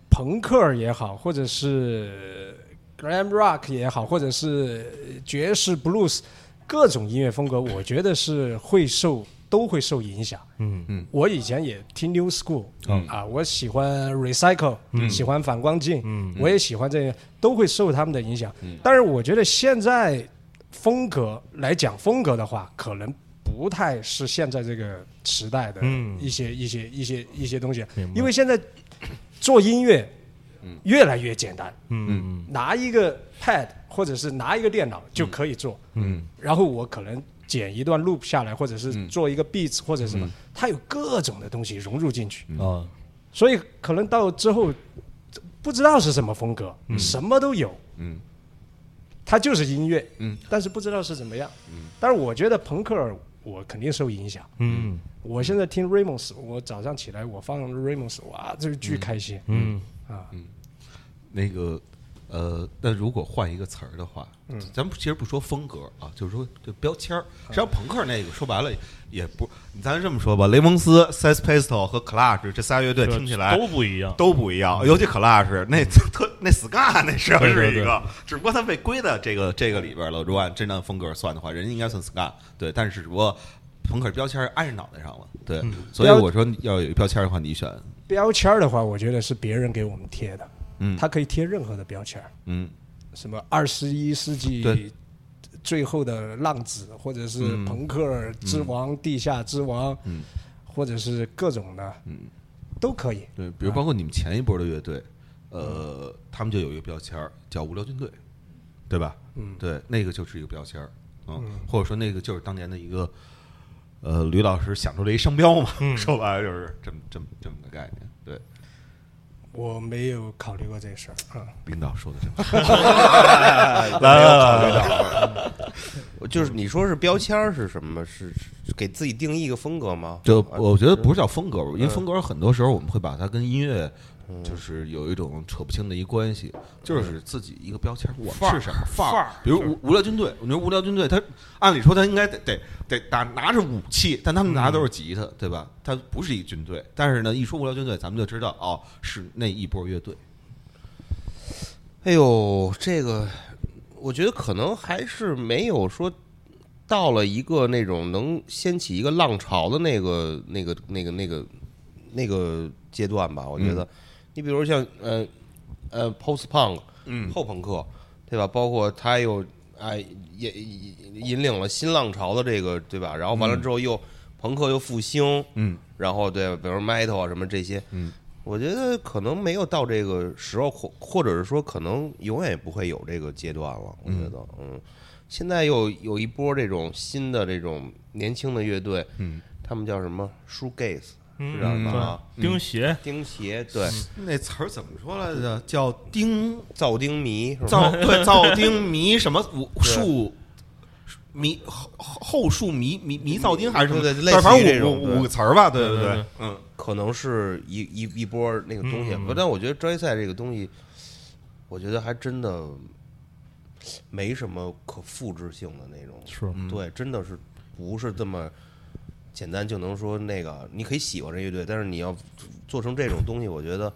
朋克也好，或者是 glam rock 也好，或者是爵士 blues 各种音乐风格，我觉得是会受都会受影响。
嗯
嗯，
我以前也听 new school，、
嗯
啊，我喜欢 recycle，、喜欢反光镜，
嗯
我也喜欢这些，都会受他们的影响。但是我觉得现在风格来讲风格的话，可能不太是现在这个时代的
嗯
一些、一些一些一些东西啊
明白，
因为现在做音乐越来越简单，
嗯
拿一个 pad 或者是拿一个电脑就可以做，
嗯
然后我可能剪一段 loop 下来，或者是做一个 beats 或者什
嗯
么，它有各种的东西融入进去，
嗯
啊，
所以可能到之后不知道是什么风格，什么都有，
嗯，
它就是音乐，
嗯，
但是不知道是怎么样，嗯，但是我觉得朋克儿我肯定受影响，
嗯
我现在听 Ramos，我早上起来我放 Ramos，哇，这巨开心，
嗯
啊，
那个呃，那如果换一个词儿的话，
嗯
咱们其实不说风格啊，就是说这标签儿。实际上，朋克那个说白了也不，咱这么说吧，雷蒙斯、Sex Pistol 和 Clash 这仨乐队哎听起来
都不一样，嗯
都不一样，尤其 Clash 那特那 ska 那实际上
对对
是一
对
个，只不过它被归到这个这个里边了。如果按真按风格算的话，人家应该算 ska，对，但是只不过朋克标签儿按着脑袋上了，对，
嗯
所以
标
我说你要有一个标签儿的话，你选，
标签儿的话，我觉得是别人给我们贴的，
嗯，
他可以贴任何的标签儿，
嗯
什么二十一世纪
对
最后的浪子，或者是朋克之王、地下之王，
嗯
或者是各种的，
嗯。
都可以。
对，比如包括你们前一波的乐队，
嗯
呃，他们就有一个标签儿叫无聊军队，对吧？
嗯
对，那个就是一个标签儿，嗯
嗯，
或者说那个就是当年的一个，呃，吕老师想出了一商标嘛，(laughs)
嗯
说白了就是这么这么这么个概念。对，
我没有考虑过这事儿，嗯，
领导说的真好，
来来来， (laughs) 就是你说是标签儿是什么？是是给自己定义一个风格吗？
就
啊
我觉得不是叫嗯风格，因为风格很多时候我们会把它跟音乐。就是有一种扯不清的一关系，就是自己一个标签儿，我
范儿
是什么嗯范
范儿
比如无无聊军队，我觉得无聊军队，他按理说他应该得得得打拿着武器，但他们拿的都是吉他，对吧？他不是一军队，但是呢，一说无聊军队，咱们就知道哦，是那一波乐队。
哎呦，这个我觉得可能还是没有说到了一个那种能掀起一个浪潮的那个、那个、那个、那个、那个阶段
嗯
吧。我觉得，你比如像呃呃 post punk，嗯，后朋克，对吧？包括他又哎也也引领了新浪潮的这个，对吧？然后完了之后又、朋克又复兴，
嗯，
然后对，比如 metal 啊什么这些，
嗯，
我觉得可能没有到这个时候，或或者是说可能永远也不会有这个阶段了。我觉得，嗯，现在又有一波这种新的这种年轻的乐队，
嗯，
他们叫什么 shoegaze，知道
嗯，
啊
吧？
对，钉鞋，
钉鞋，对，
嗯
那词儿怎么说来着？叫丁
造钉迷是吧？
造 (laughs) 对造丁迷什么武术迷后后后术迷迷迷造丁还是什么？
对对类
但
似于
反
这
正
种
五
对
五五个词儿吧，对
对对
对
对，
嗯，
可能是一一一波那个东西。
嗯
不但我觉得专业赛这个东西，我觉得还真的没什么可复制性的那种。
是嗯
对，真的是不是这么简单就能说那个。你可以喜欢这乐队，但是你要做成这种东西，我觉得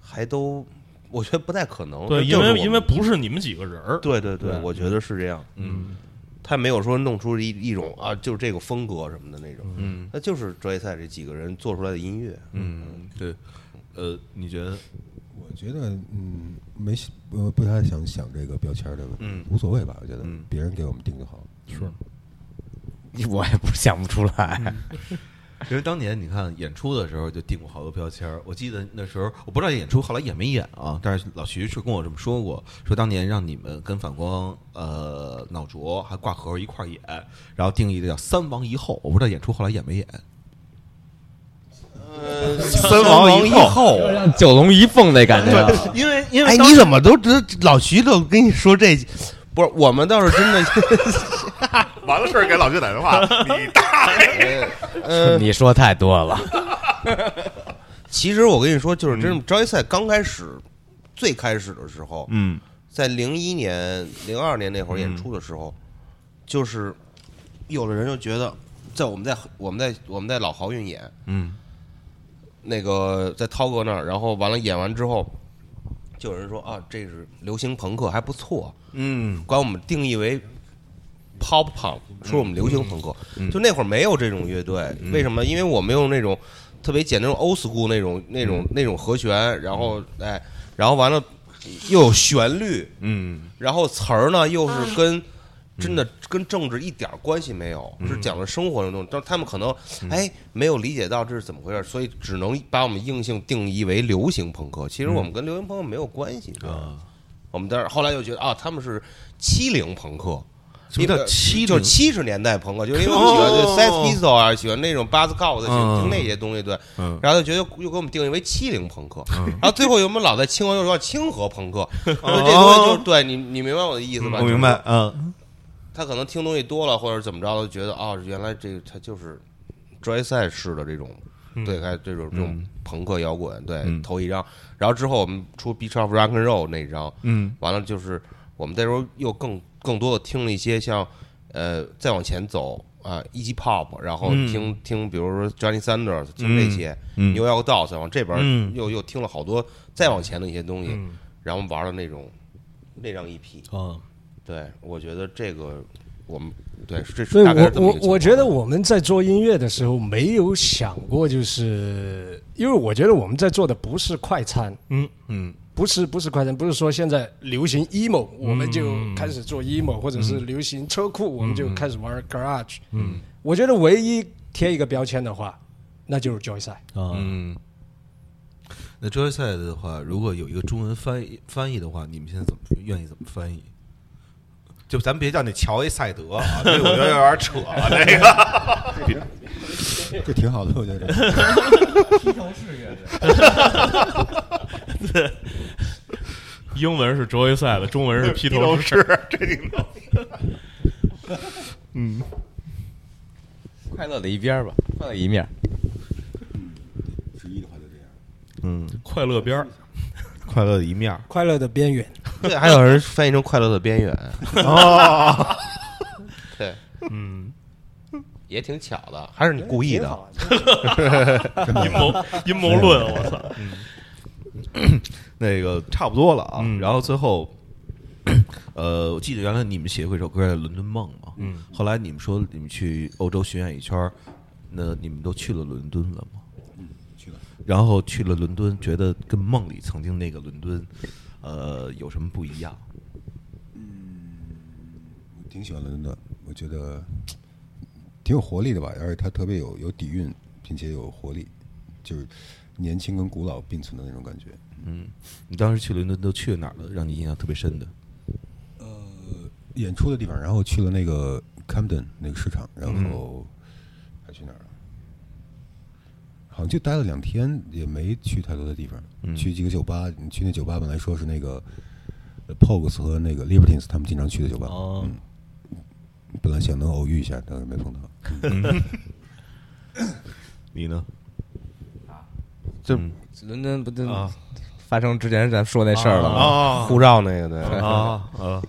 还都我觉得不太可
嗯
能。
对，
这
因
就是我
为
们
因为不是你们几个人儿，
对对对，
对
我觉得是这样。
嗯，
他没有说弄出一一种啊，就是这个风格什么的那种，
嗯，
那就是专业赛这几个人做出来的音乐，
嗯，对，呃，你觉得？
我觉得嗯，没呃不太想想这个标签儿的问题，
嗯
无所谓吧，我觉得
嗯
别人给我们定就好了。
嗯
我也不想不出来。
因为当年你看演出的时候就定过好多标签儿，我记得那时候我不知道演出后来演没演啊，但是老徐是跟我这么说过，说当年让你们跟反光呃脑浊还挂盒一块儿演，然后定义的叫三王一后，我不知道演出后来演没演。三王一后，
九龙一凤那感觉啊，
因为因为
哎，
当
你怎么都知老徐都跟你说这？不是，我们倒是真的，
(laughs) 完了事儿给老徐打电话，你
(laughs)
大爷！
你说太多了。
呃其实我跟你说，就是真的，职业赛刚开始，最开始的时候，
嗯
在零一年、零二年那会儿演出的时候，
嗯
就是有的人就觉得，在我们在我们在我们在老豪运演，
嗯
那个在涛哥那儿，然后完了演完之后，就有人说啊，这是流行朋克，还不错，
嗯
管我们定义为 pop punk，说我们流
嗯
行朋克。就那会儿没有这种乐队，为什么？因为我们用那种特别简那种 old school 那种那
嗯
种那种和弦，然后哎，然后完了又有旋律，
嗯
然后词儿呢又是跟真的跟政治一点关系没有，
嗯
是讲的生活中的东西。但他们可能哎没有理解到这是怎么回事，所以只能把我们硬性定义为流行朋克。其实我们跟流行朋克没有关系，
嗯啊，
我们但是后来又觉得啊，他们是七零朋克。
什么叫
因为
70
就是七十年代朋克，就是因为我们喜欢对
哦
s e x p i s t o 啊，喜欢那种 Buzz c o u t 喜欢
嗯
听那些东西，对。
嗯
然后就觉得又给我们定义为七零朋克，然后最后又我们老在清河又说清河
(laughs)
朋克，我说这东西就是对你，你明白我的意思吧？
我明白，嗯，
他可能听东西多了，或者怎么着了，觉得哦，原来这个他就是专赛式的这种，对，还有这种这种朋克摇滚，对，
嗯
头一张，然后之后我们出《Beach of Rock and Roll》那张，
嗯，
完了就是我们那时候又更更多的听了一些像呃再往前走啊，E.G. Pop，然后
嗯
听、听比如说 Johnny Sanders 听这些、
嗯
New York Dolls，往这边又、
嗯
又听了好多再往前的一些东西，
嗯
然后玩了那种那张 E EP，
啊，
对，我觉得这个我们对是这
所
是
以
大概是
我
这么一个情
我
况啊
我觉得我们在做音乐的时候没有想过，就是因为我觉得我们在做的不是快餐，
嗯
嗯，
不是不是快餐，不是说现在流行 emo 我们就
嗯
开始做 emo，、或者是流行车库我们就开始玩 garage，嗯，我觉得唯一贴一个标签的话，那就是 Joyce，
嗯，那 Joy 赛的话，如果有一个中文翻译翻译的话，你们现在怎么愿意怎么翻译？就咱别叫那乔 A 赛德啊，这我觉得有点扯啊了。这个
这挺好的，我
(laughs)
觉得。
英文是周围赛的，中文是披头士，
快乐的一边儿吧，快乐一面儿。
直译的话就这样。
快乐边儿。
快乐的一面
快乐的边缘，
对，还有人翻译成快乐的边缘，
哦，
对，嗯，也挺巧的，还是你故意
挺
的
好。啊
阴谋阴谋论，我操！
那个差不多了啊。然后最后， (clears throat) 呃，我记得原来你们写过一首歌叫《伦敦梦》嘛，嗯，后来你们说你们去欧洲巡演一圈儿，那你们都去了伦敦了吗？
去了，
然后嗯去了伦敦，觉得跟梦里曾经那个伦敦，呃，有什么不一样？
我挺喜欢伦敦的，我觉得挺有活力的吧，而且它特别有有底蕴，并且有活力，就是年轻跟古老并存的那种感觉。
你当时去伦敦都去了哪儿了？让你印象特别深的？
演出的地方，然后去了那个 Camden 那个市场，然后还去哪儿了？好像就待了两天，也没去太多的地方。去几个酒吧，你去那酒吧本来说是那个呃 Pogues 和那个 Libertines 他们经常去的酒吧，
哦
嗯，本来想能偶遇一下，但是没碰到。
你呢？
这
伦敦不就
啊
发生之前咱说那事儿了吗？
啊
护照那个对，
啊啊！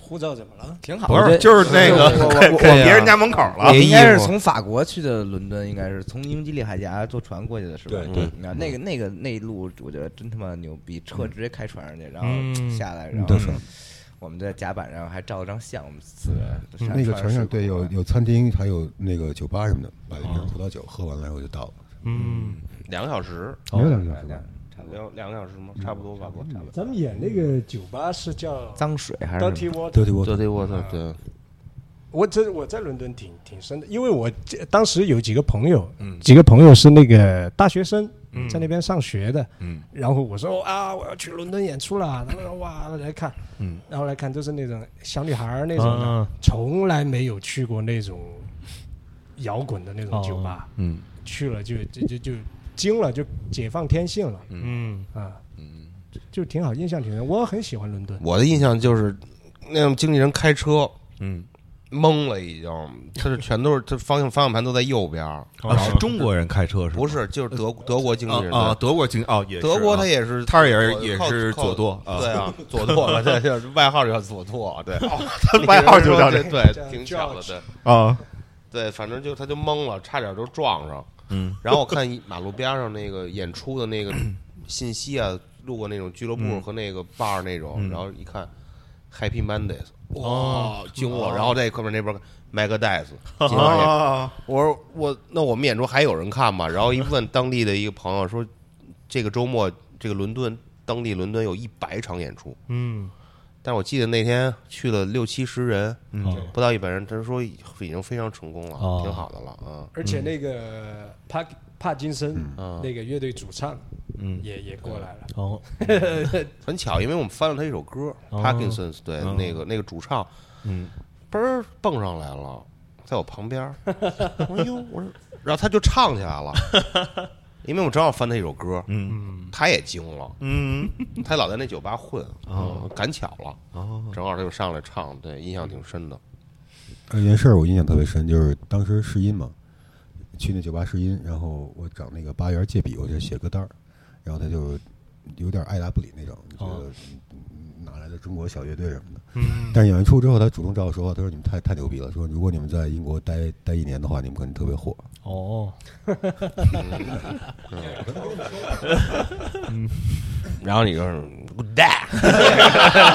护照怎么了？
挺好，
不
我觉
是，
得
就是那个
我
(laughs)
(laughs)
哦
啊
我
给
我
给别人家门口了
我。应该
衣
是
服
从法国去的伦敦，应该是从英吉利海峡坐船过去的，是吧？
对
对嗯
嗯啊那个那个那一路，我觉得真他妈牛逼，车直接开船上去，然后
嗯
下来，然后
对是
我们在甲板上还照了张相，我们四个人都上
嗯那个
船
船
上
上对有有餐厅，还有那个酒吧什么的，买了一瓶葡萄酒，喝完了然后就到了。
嗯，
两个小时，
哦
没有两个小时
对
吧，
两两个小时吗？差不多吧，
咱们演那个酒吧是叫
脏水还是什
Dirty
么
Water。
对对，我
对对，我操，对，
我这我在伦敦挺挺深的，因为我这当时有几个朋友，
嗯
几个朋友是那个大学生，在那边上学的，
嗯
然后我说哦啊，我要去伦敦演出了，他们说哇来看，
嗯
然后来看都是那种小女孩儿那种的，
啊
从来没有去过那种摇滚的那种酒吧，
嗯
哦
去了就就就就惊了，就解放天性了
嗯，
啊，嗯，就挺好，印象挺深，我很喜欢伦敦，
我的印象就是那种经纪人开车
嗯
懵了，已经，他是全都是他方向方向盘都在右边儿，
啊，是中国人开车是吗？
不是就是德德国经纪人
啊啊，德国经哦也是
德国他
啊
也是，
他也是
靠
也
靠
是
靠
左舵啊
对啊，左舵，对，就是 (laughs) 外号叫左舵，对， (laughs)
他外号就叫这
对，对
叫
挺巧的，对
啊，
对，反正就他就懵了，差点就撞上。
嗯，
然后我看马路边上那个演出
(clears throat)
的那个信息啊，路过那种俱乐部
嗯
和那个 bar 那种，然后一看 Happy Mondays，哇，
哦
惊了！然后在后面那边 Mega Days，今
(laughs)
晚也
啊，
我说我那我们演出还有人看吗？然后一问当地的一个朋友说，这个周末这个伦敦当地伦敦有一百场演出，
嗯，
但是我记得那天去了六七十人，
嗯
不到一百人，他说已经非常成功了，
哦
挺好的了啊。
而且那个帕帕金森
嗯
那个乐队主唱
嗯，
也也过来了，
哦，
很巧，因为我们翻了他一首歌
哦
，Parkinson's，对，
哦
那个那个主唱，
嗯，
嘣儿蹦上来了，在我旁边儿，我说哟，我说，然后他就唱起来了，因为我们正好翻他一首歌，嗯，他也惊了，
嗯，
(laughs) 他老在那酒吧混，
哦
嗯赶巧了，
哦，
正好他就上来唱，对，印象挺深的，
有一件呃事儿我印象特别深，就是当时试音嘛，去那酒吧试音，然后我找那个八元借笔，我就写歌单儿，然后他就有点爱答不理那种，就觉得嗯哪来的中国小乐队什么的。但是演完出之后，他主动找我说话，他说你们太太牛逼了，说如果你们在英国待待一年的话，你们肯定特别火。
哦，
然后你就是 good day，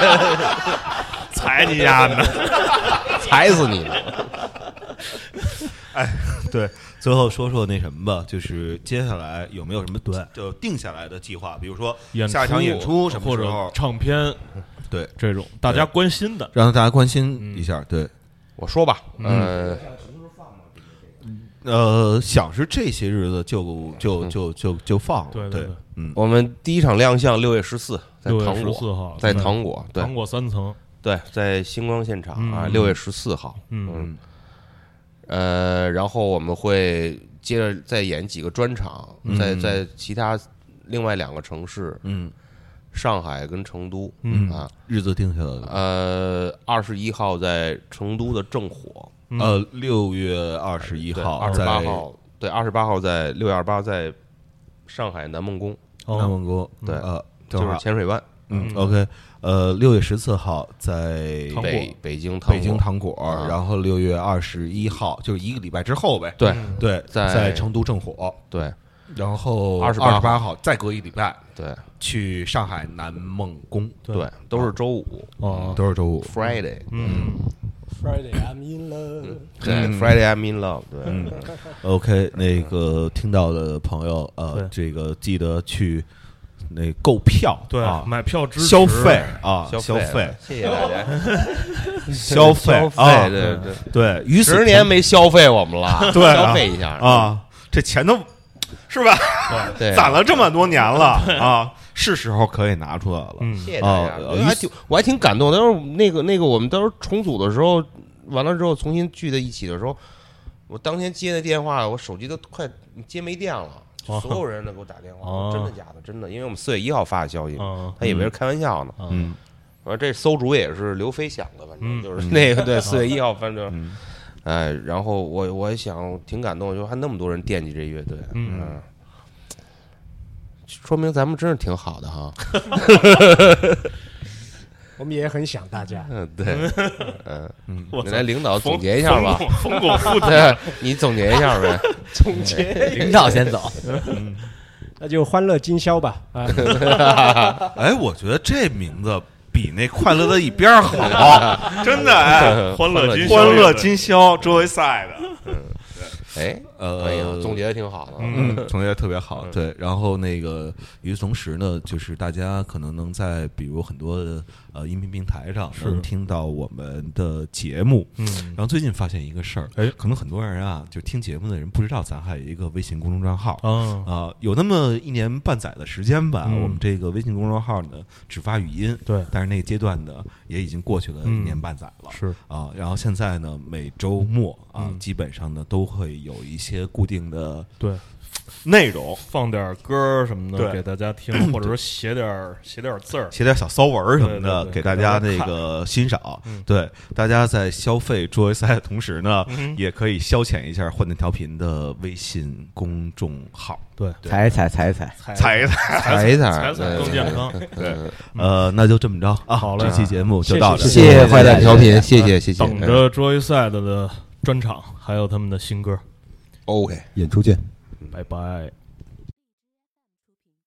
(laughs)
踩你丫的！
踩死你了，
对，最后说说那什么吧，就是接下来有没有什么对就定下来的计划，比如说
演
下一场演出什么
或
时
者
候，
唱片，
对，
这种大家关心的，
让大家关心一下。对，
我说吧，呃，
呃，想是这些日子就就就就就放了，
对
对
对对，
嗯，
我们第一场亮相六月十四，在
六月
糖
十
果，
四号
在
嗯
糖果，对
糖果三层，
对，在星光现场啊，
嗯
六月十四号，
嗯
呃，然后我们会接着再演几个专场，在在其他另外两个城市，
嗯，
上海跟成都，
嗯
啊，
日子定下来了。
呃，二十一号在成都的正火，
嗯
呃，六月二十一号，
二十
在
八号，对，二十八号在六月二八在上海南梦宫，
南梦宫，
对
呃，正
就是
好，
浅水湾
嗯
嗯
，OK，呃，六月十四号在
糖果
北北京糖
北京
果
糖果
啊，
然后六月二十一号，就是一个礼拜之后呗。
对
嗯
对，
在
在成都正火，
对
然后
28
八
号
号再隔一礼拜
对
去上海南梦宫，
对，都是周五
哦，
都是周五。
Friday，
嗯，
Friday I'm in love。
对
嗯
，Friday I'm in love，对，
OK，那个听到的朋友，呃，
对
这个记得去那购票，
对
啊，，
买票支持
消费啊，
消
消费，
谢谢大家。
消费啊，
对对
对，于此
十年没消费我们了，
(laughs) 对啊
消费一下，
啊，这钱都是吧， (laughs)
对，
攒了这么多年了啊，是时候可以拿出来了。
谢
嗯，
谢大家
啊，
我还挺我还挺感动。当时我们那个那个我们当时重组的时候，完了之后重新聚在一起的时候，我当天接的电话，我手机都快接没电了，
哦
就所有人都给我打电话，
哦
真的假的？真的，因为我们四月一号发的消息
哦
嘛，
嗯
他以为是开玩笑呢。
嗯，
完了这馊主也是刘飞想的，反正
嗯
就是那个对四月一号，反正。哎，然后我我也想挺感动，就还那么多人惦记这乐队，
嗯
说明咱们真是挺好的哈。
我们也很想大家，
嗯，对，嗯，
我
你
操
来领导总结一下吧，
冯巩
(laughs)
复
对，你总结一下呗。哎
总结
领导先走，
那就欢乐今宵吧啊！
哎，我觉得这名字比那快乐的一边儿好，真的哎，
欢乐今宵
欢乐今宵周围赛的，
哎，
呃
哎呀，总结的挺好的啊，
嗯，总结得特别好，对。然后那个与此同时呢，就是大家可能能在比如很多的呃音频平台上能听到我们的节目。
嗯
然后最近发现一个事儿，
哎
可能很多人啊，就听节目的人不知道咱还有一个微信公众账号啊
啊，
有那么一年半载的时间吧，
嗯
我们这个微信公众号呢只发语音，
对
但是那个阶段呢也已经过去了一
嗯
年半载了，
是
啊，然后现在呢每周末啊、
嗯
基本上呢都会有一些固定的
对，
内容，
放点歌儿什么的
对
给大家听，或者说写点儿写点儿字儿，
写点小骚文儿什么的，
对对对
给大家那个欣赏。
嗯
对，大家在消费桌游赛的同时呢，
嗯
也可以消遣一下幻灯调频的微信公众号。
踩一踩，踩一踩，
踩一踩，
踩一踩，
踩踩更健康。
对，
呃，那就这么着啊，好
嘞
这期节目就到这儿。
嗯谢谢快乐
调频，谢
谢
谢谢谢。哎
等着 Joyside 的专场，还有他们的新歌，
OK。
演出见。
拜拜。